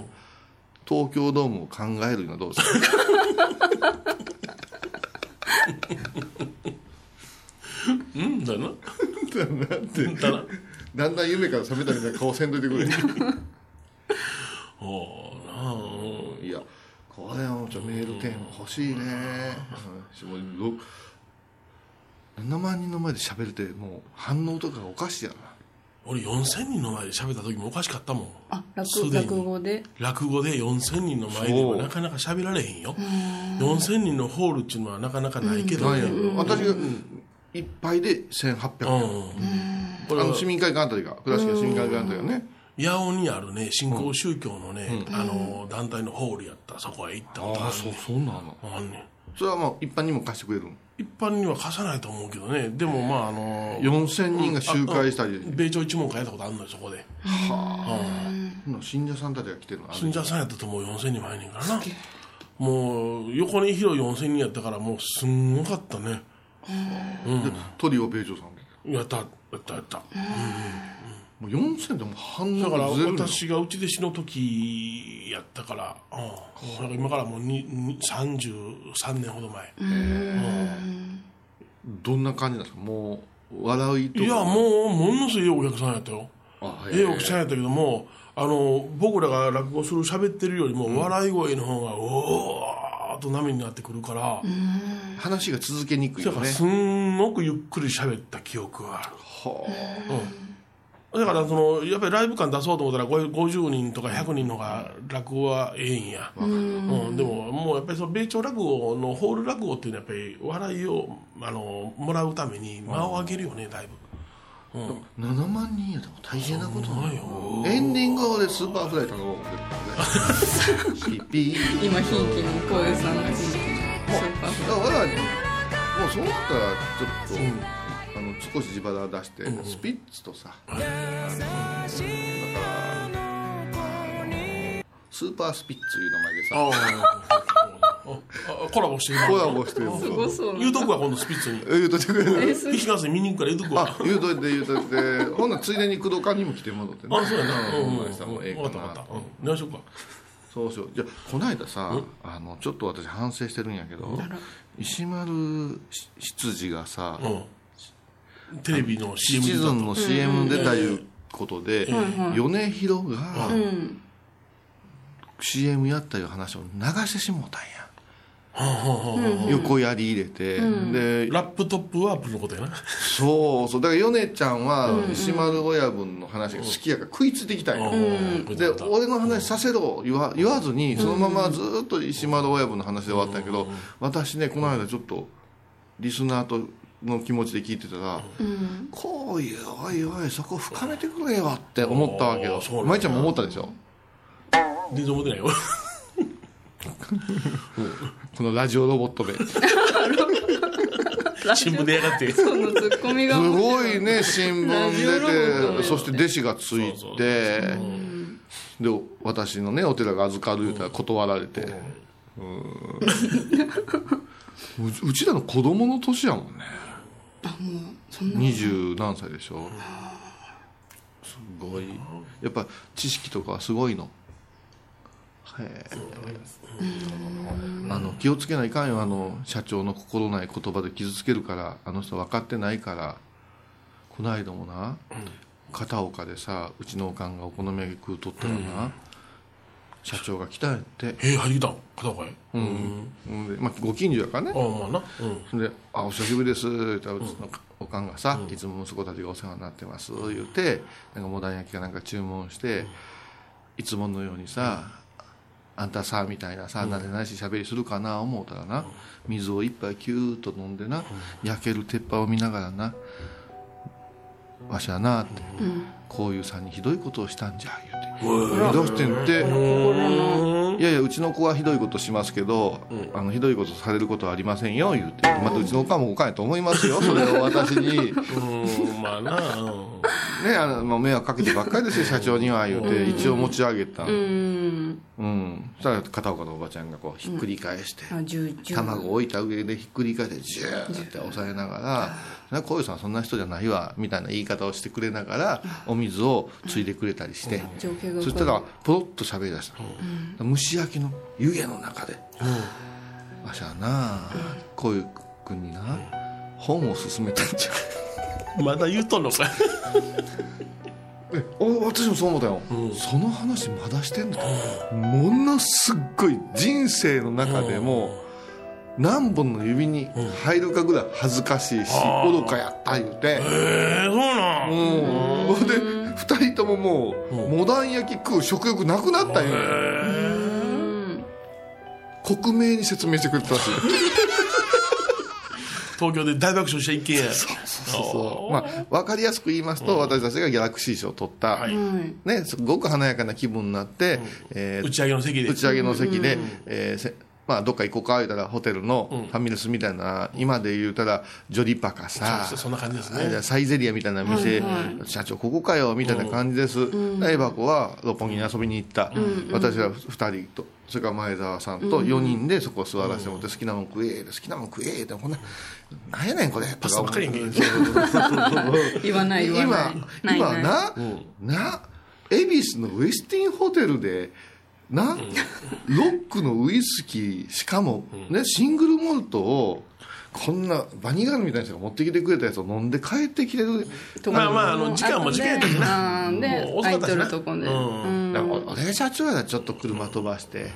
Speaker 3: 東京ドームを考えるのはどうですか
Speaker 4: うんだよな
Speaker 3: なんて
Speaker 4: だな
Speaker 3: だんだん夢から覚めたみたいな顔せんといてくれ
Speaker 4: おーなあうん
Speaker 3: いやこれはもうちょっとメールテーマ欲しいね、うんもうろ7万人の前で喋るってもう反応とかがおかしいや
Speaker 4: 俺4000人の前で喋った時もおかしかったもん
Speaker 2: あ
Speaker 4: す
Speaker 2: 落
Speaker 4: でに
Speaker 2: 落語で
Speaker 4: 落語で4000人の前ではなかなか喋られへんよ4000人のホールっていうのはなかなかないけ
Speaker 3: な
Speaker 4: ど
Speaker 3: なんや
Speaker 4: ね
Speaker 3: ろ私がいっぱいで1800
Speaker 4: うん
Speaker 3: 円、
Speaker 4: これ
Speaker 3: あの市民会館あたりが倉敷の市民会館あたりがね
Speaker 4: 八尾にあるね新興宗教のね、あの団体のホールやったらそこへ行ったことあるね
Speaker 7: そうなの
Speaker 4: あんねん
Speaker 3: それはもう一般にも貸してくれる
Speaker 4: 一般には貸さないと思うけどねでもまああの
Speaker 3: 4000人が集会したり
Speaker 4: 米朝一門会やったことあるのよそこで
Speaker 3: うん信者さんたちが来てるのあれ
Speaker 4: 信者さんやったともう4000人も入んねんからなもう横に広い4000人やったからもうすんごかったね
Speaker 3: トリオ米朝さん
Speaker 4: やったやったやった
Speaker 3: もう4000でもう半
Speaker 4: だから
Speaker 3: 分ずれるの
Speaker 4: 私がうち弟子の時やったから、うん、だから今からもうにに33年ほど前、
Speaker 3: どんな感じなんですかもう笑いとか
Speaker 4: いやもうものすごいいいお客さんやったよ
Speaker 3: あ
Speaker 4: ええお客さんやったけどもあの僕らが落語する喋ってるよりも、笑い声の方がおーっと波になってくるから、
Speaker 3: 話が続けにくいよ
Speaker 4: だから
Speaker 3: ね
Speaker 4: すんごくゆっくり喋った記憶がある
Speaker 3: は
Speaker 4: だからそのやっぱりライブ感出そうと思ったらこういう50人とか100人の方が落語はええんや、うん、でももうやっぱりその米朝落語のホール落語っていうのはやっぱり笑いをあのもらうために間を空けるよねだいぶ
Speaker 3: あ7万人やでも大変なことな
Speaker 4: ない
Speaker 3: いよ
Speaker 4: よ
Speaker 3: エンディングでスーパーフライ頼もうって言 ったねピッピー
Speaker 2: 今ひいきの声さんがひいき
Speaker 3: もう
Speaker 2: スーパー
Speaker 3: だからもうそうなったらちょっと、あの少し自腹出して、スピッツとさ、あのだからスーパースピッツいう名前でさ
Speaker 4: ああああコラボしてる
Speaker 3: コラボしてる
Speaker 2: すごそう
Speaker 4: 言うとくわ今度スピッツに
Speaker 3: 言うといてくれる
Speaker 4: 石川さん見に行くから言うとくわ
Speaker 3: あ言うといて言うといてほんならついでに工藤館にも来てもらってね
Speaker 4: あそうやな
Speaker 3: うん
Speaker 4: うん
Speaker 3: ほんまにさもうええ
Speaker 4: 分かった
Speaker 3: か
Speaker 4: 分
Speaker 3: な
Speaker 4: かったうん何しようか
Speaker 3: そうしようじゃあこの間さあのちょっと私反省してるんやけど石丸執事がさ、
Speaker 4: うんテレビの
Speaker 3: シ
Speaker 4: CM
Speaker 3: チ
Speaker 4: 出た
Speaker 3: ズンの CM 出たいうことで、米広が CM やったいう話を流してしもうたんや、横やり入れて、で
Speaker 4: ラップトップワープのことやな
Speaker 3: そうそうだから米ちゃんは石丸親分の話が好きやから食いついてきたんや、
Speaker 4: うん
Speaker 3: で俺の話させろ言わ言わずにそのままずっと石丸親分の話で終わったんやけど、私ねこの間ちょっとリスナーとの気持ちで聞いてたら、こういうおいおいそこ深めてくれよって思ったわけ
Speaker 4: あ
Speaker 3: よ
Speaker 4: ーそうなんだ
Speaker 3: 舞ちゃんも思ったでしょ
Speaker 4: 全然思ってないよ
Speaker 3: このラジオロボットです
Speaker 2: ラジ
Speaker 4: 新聞でやがって
Speaker 2: オのツッコミが
Speaker 3: ごいね新
Speaker 2: ラジオロボット
Speaker 3: 聞出
Speaker 2: の
Speaker 3: てそして弟子がつい
Speaker 4: そうそう
Speaker 3: てで私のねお寺が預かる言うたら断られてうーんううちらの子供の年やもんね二十何歳でしょすごいやっぱ知識とかはすごいのへえあの気をつけないかんよあの社長の心ない言葉で傷つけるからあの人分かってないからこないだもな、片岡でさうちのおかんがお好み焼き食うとったらな、社長が来たんやって、
Speaker 4: えー、入りたん片岡へうん
Speaker 3: うんでまあ、ご近所やからね、
Speaker 4: ああまあなうん
Speaker 3: で「あお久しぶりです」って言ったらうちのおかんがさ、いつも息子たちがお世話になってます」言うてなんかモダン焼きかなんか注文して、いつものようにさ、あんたさみたいなさ慣れないし喋りするかな思うたらな、水を一杯キューッと飲んでな、焼ける鉄板を見ながらな「わしはな」って、こういうさんにひどいことをしたんじゃ」言うて「言い出してんって。いやいやうちの子はひどいことしますけど、あのひどいことされることはありませんよ言うてまたうちのおかんもおかんやと思いますよそれを私に ね
Speaker 4: うんまあなうん
Speaker 3: あのもう迷惑かけてばっかりですよ社長には言うて一応持ち上げた
Speaker 2: うん
Speaker 3: うんそしたら片岡のおばちゃんがこうひっくり返して、
Speaker 2: あ十十
Speaker 3: 卵を置いた上でひっくり返してジューって押さえながら「なこういうさんそんな人じゃないわ」みたいな言い方をしてくれながらお水をついでくれたりして、
Speaker 2: 情景が
Speaker 3: そしたらポロッと喋りだした、蒸し焼きの湯気の中で「わしゃなこういう君にな本を勧めたんじゃ
Speaker 4: まだ言うとんのか
Speaker 3: うえお私もそう思ったよ、その話まだしてんのか、ものすっごい人生の中でも何本の指に入るかぐらい恥ずかしいし、愚かやった言うて、
Speaker 4: ええそうなんへ
Speaker 3: うんほんで2人とももう、モダン焼き食う食欲なくなったんよ、克明に説明してくれたらしい
Speaker 4: 東京で大爆笑した一軒家
Speaker 3: そうそうまあ、分かりやすく言いますと、私たちがギャラクシー賞を取った、
Speaker 4: はい
Speaker 3: ね、すごく華やかな気分になって、えー
Speaker 4: 打ち上げの席で
Speaker 3: 打ち上げの席で、えーせまあ、どっか行こうか言うたらホテルのファミレスみたいな、今で言うたらジョリパかさ
Speaker 4: そうそうそんな感じですね
Speaker 3: あれだサイゼリアみたいな店、社長ここかよみたいな感じです、でエバコは六本木に遊びに行った、私ら2人と。それから前澤さんと4人でそこ座らせてもらって好きなもん食え好きなもん食えってこんななんやねんこれパ
Speaker 4: スばっかりやんけ
Speaker 2: 言わない言わない
Speaker 3: 今
Speaker 2: ないない
Speaker 3: 今な、な恵比寿のウェスティンホテルでな、ロックのウイスキーしかも、ね、シングルモルトをこんなバニガールみたいな人が持ってきてくれたやつを飲んで帰ってきてる、
Speaker 4: まあまああの時間も時間やったしな
Speaker 2: なで
Speaker 4: もう遅
Speaker 2: アイ
Speaker 4: かった
Speaker 2: ド
Speaker 4: しな
Speaker 2: ルとこんで
Speaker 4: う
Speaker 2: うん
Speaker 3: だからお俺社長やらちょっと車飛ばして、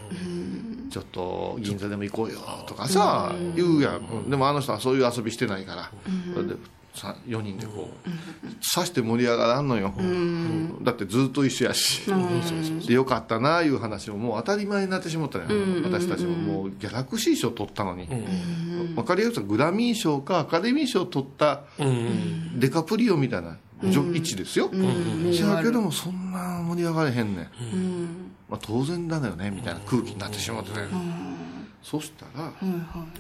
Speaker 3: ちょっと銀座でも行こうよとかさ、言うやん、でもあの人はそういう遊びしてないから、それでさ4人でこう、さして盛り上がらんのよ、だってずっと一緒やし、でよかったなあいう話ももう当たり前になってしもったのよ、私たちももうギャラクシー賞取ったのに、分かりやすくグラミー賞かアカデミー賞取った
Speaker 4: うん
Speaker 3: デカプリオみたいな、じょ位置ですよ、
Speaker 2: ん
Speaker 3: しやけどもそんな盛り上がれへんねん、まあ、当然だよねみたいな空気になってしまってね、そしたら、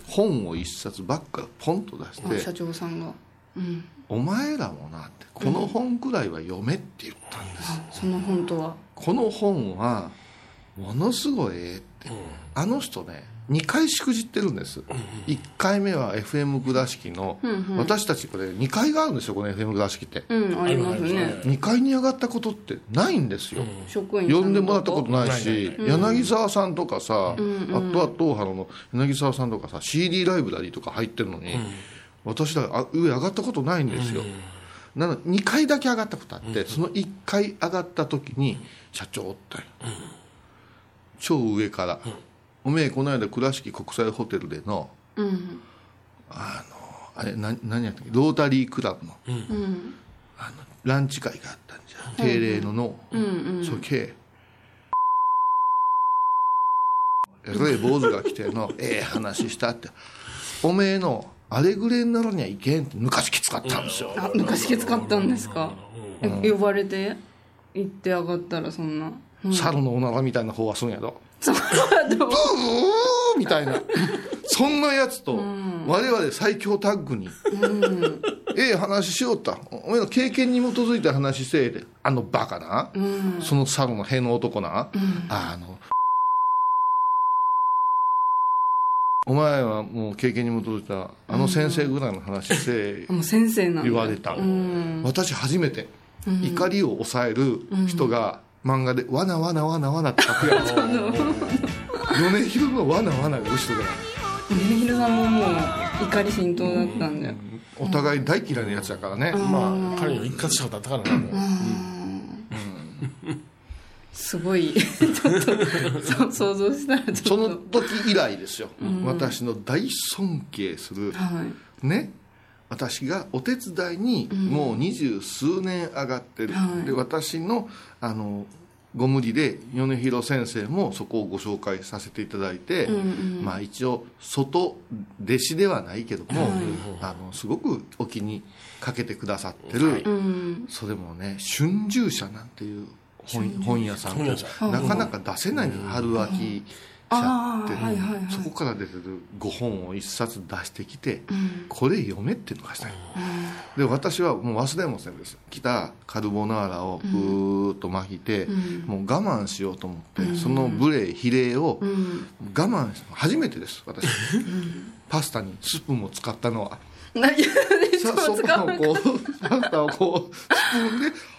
Speaker 3: 本を一冊ばっかポンと出
Speaker 2: あ
Speaker 3: し
Speaker 2: 社
Speaker 3: て
Speaker 2: 長さんがうん
Speaker 3: 「お前らもな」って「この本くらいは読め」って言ったんです、
Speaker 2: その本とは
Speaker 3: この本はものすごいええって、あの人ね2回しくじってるんです、1回目は FM 倉敷の、私たちこれ2階があるんですよこの FM 倉敷って、
Speaker 2: うんあります
Speaker 4: あり
Speaker 2: ね
Speaker 4: ま
Speaker 3: 2階に上がったことってないんですよ、
Speaker 2: 職員さ
Speaker 3: 呼んで
Speaker 2: の
Speaker 3: もらったことないし、柳沢さんとかさ、あとは東原の柳沢さんとかさ CD ライブラリーとか入ってるのに、私らあ上上がったことないんですよ、なの2階だけ上がったことあって、その1階上がった時に社長おったんよ、超上から、おめえこの間倉敷国際ホテルでの
Speaker 2: うん
Speaker 3: あれな何やったっけロータリークラブの,、あのランチ会があったんじゃん定例のの、
Speaker 2: うん
Speaker 3: そけえらい坊主が来てのええ話したっておめえのあれぐれにならにはいけんって昔きつかったんですよ
Speaker 2: あ昔きつかったんですかえ呼ばれて行って上がったらそんな
Speaker 3: 猿のおならみたいな方はすんやろ
Speaker 2: そうどう
Speaker 3: ブーみたいなそんなやつと我々最強タッグに、ええ話しよったおめえの経験に基づいて話せえであのバカな、その猿の屁の男な、あのお前はもう経験に基づいたあの先生ぐらいの話せえ
Speaker 2: もう先生なんだ
Speaker 3: 言われた、私初めて怒りを抑える人が漫画で「わなわなわなわな」って書くやつ米広のわなわなが後ろから
Speaker 2: 峰広さんももう怒り浸透だったんだよ
Speaker 3: お互い大嫌いなやつだからね、
Speaker 4: まあ彼の一括したことあったからなもう
Speaker 2: すごい ちょっとそう想像したらちょ
Speaker 3: そ
Speaker 2: っと
Speaker 3: の時以来ですよ、私の大尊敬する、
Speaker 2: はい
Speaker 3: ね私がお手伝いにもう二十数年上がってる、
Speaker 2: はい
Speaker 3: で私のあのご無理で米広先生もそこをご紹介させていただいて、まあ、一応外弟子ではないけども、あのすごくお気にかけてくださってる、それもね「春秋社」なんていう本本屋さん
Speaker 4: 本屋さ
Speaker 3: となかなか出せないのよ春秋社って、
Speaker 2: あーはいはいはい
Speaker 3: そこから出てる5本を1冊出してきて、これ読めっていうのがしたい、で私はもう忘れもせんです来たカルボナーラをぐーっと巻いて、もう我慢しようと思って、その無礼比例を我慢したの初めてです私パスタにスプーンを使ったのは。
Speaker 2: 何でし
Speaker 3: さ
Speaker 2: ょ
Speaker 3: そ
Speaker 2: 使
Speaker 3: こ
Speaker 2: う
Speaker 3: をこうパスタをこうスプーンで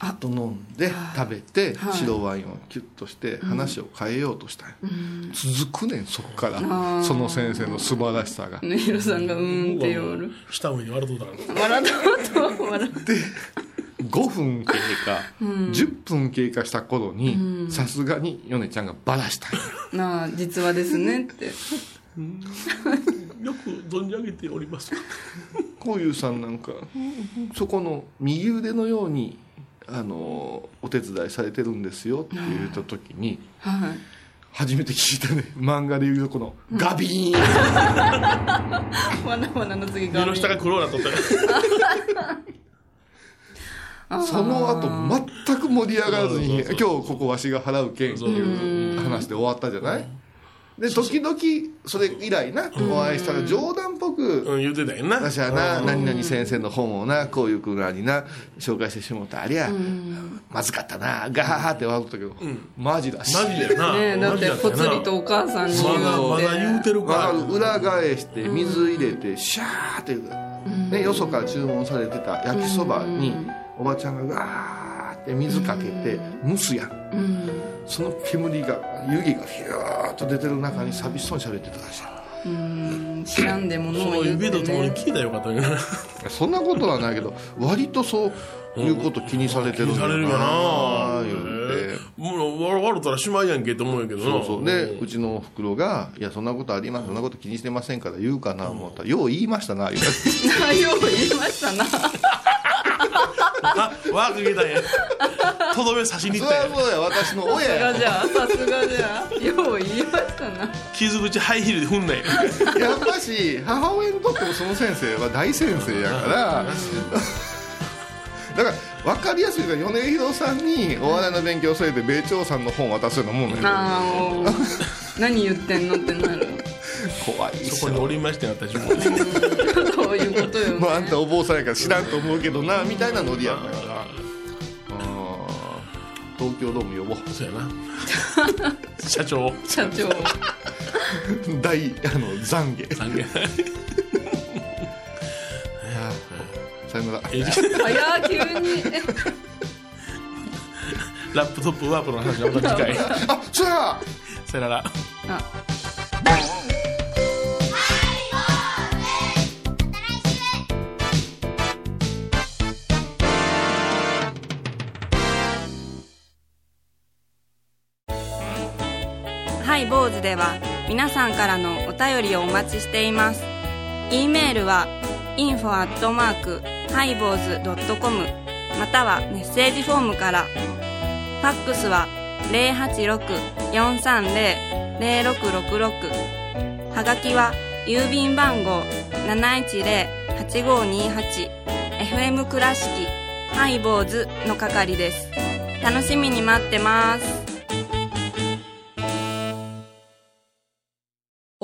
Speaker 3: あと飲んで食べて、白ワインをキュッとして話を変えようとしたんよ、続くねんそこからその先生の素晴らしさが
Speaker 2: 峰広さんがうーんって言おる
Speaker 4: 舌上に笑うとったから
Speaker 2: 笑ったことは笑って
Speaker 3: 5分経過、10分経過した頃にさすがにヨネちゃんがバラしたんよ
Speaker 2: なあ実話ですねって
Speaker 4: よく存じ上げてお ります
Speaker 3: こういうさんなんかそこの右腕のようにあのお手伝いされてるんですよって言った時に
Speaker 2: はい
Speaker 3: 初めて聞いたね漫画でいうとこのガビーン、
Speaker 2: わなわなの次
Speaker 4: 目
Speaker 2: が
Speaker 4: の下が黒なとったら
Speaker 3: その後全く盛り上がらずに
Speaker 4: そ
Speaker 3: 今
Speaker 4: うそうそう
Speaker 3: 日ここわしが払うけんっていう話で終わったじゃないで時々それ以来なお会いしたら冗談っぽく
Speaker 4: うん言うてたよな
Speaker 3: 私はな何々先生の本をなこういうふうなにな紹介してしもうたありゃまずかったなガハハって笑ったけど、マジだし
Speaker 4: マジだよな
Speaker 2: ねえだって
Speaker 4: マジ
Speaker 2: ぽ
Speaker 4: よ
Speaker 2: つ
Speaker 4: な
Speaker 2: りとお母さんに
Speaker 4: まだまだ
Speaker 2: 言
Speaker 4: 言
Speaker 2: う
Speaker 4: う
Speaker 2: て
Speaker 4: てるか
Speaker 3: わかる裏返して水入れてシャーって言う、ね、よそから注文されてた焼きそばにおばちゃんがガーって水かけて蒸すやんその煙が湯気がヒューッと出てる中に寂しそうに喋ってたらし
Speaker 2: 知らんでも
Speaker 4: そ
Speaker 2: の
Speaker 4: の
Speaker 2: を言う
Speaker 4: 指
Speaker 2: て
Speaker 4: とともに
Speaker 2: ね
Speaker 4: 聞いたらよかったよな
Speaker 3: いそんなことはないけど割とそういうこと気にされてるんだ
Speaker 4: されるよ
Speaker 3: な
Speaker 4: な
Speaker 3: 言って。
Speaker 4: もう笑笑ったらしまいやんけって思うんやけどな
Speaker 3: そうそうでうちのおふくろが「いやそんなことありませんそんなこと気にしてませんから言うかな」思ったら「よう言いましたな」言われて
Speaker 2: 内容を言いましたな
Speaker 4: あわかけたんやとどめ刺しに行
Speaker 3: そ
Speaker 4: った
Speaker 3: り
Speaker 4: ん
Speaker 3: ゃ
Speaker 4: や
Speaker 3: そうや私の親や
Speaker 2: じゃあさすがじゃあよう言いましたな
Speaker 4: 傷口ハイヒールで踏んない
Speaker 3: やっぱし母親にとってもその先生は大先生やからだから分かりやすいから米広さんにお笑いの勉強されて米朝さんの本渡すようなもんね
Speaker 2: ああもう何言ってんのってなる
Speaker 3: 怖いっし
Speaker 4: そこに
Speaker 3: ょ
Speaker 4: おりましてなった自分で
Speaker 2: そういうことよ、ね
Speaker 3: まああんたお坊さんやから知らんと思うけどなみたいなノリやったからあー東京ドーム呼ぼう
Speaker 4: そうやな社長
Speaker 2: 社長
Speaker 3: 大あの懺悔
Speaker 4: なんか
Speaker 3: さよなら
Speaker 4: え
Speaker 2: 早急に
Speaker 4: ラップトップワープの話はまた次回
Speaker 3: あそや
Speaker 4: さよなら
Speaker 2: あハイボーズでは皆さんからのお便りをお待ちしています。e メールは info アットマークハイボーズドットコムまたはメッセージフォームから。ファックスは086-430-0666はがきは郵便番号710-8528 FM 倉敷ハイボーズの係です。楽しみに待ってます。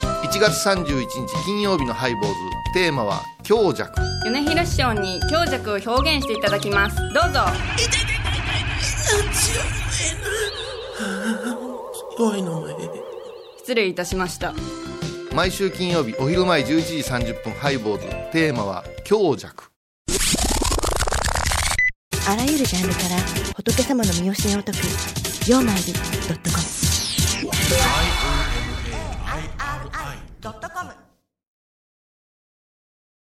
Speaker 3: 1月31日金曜日のハイボーズテーマは強弱
Speaker 2: 米広師匠に強弱を表現していただきます。どうぞ。
Speaker 4: 怖いなお前
Speaker 2: 失礼いたしました。
Speaker 3: 毎週金曜日お昼前11時30分ハイボーズテーマは強弱
Speaker 8: あらゆるジャンルから仏様の身教えを解く「曜マイルドットコム」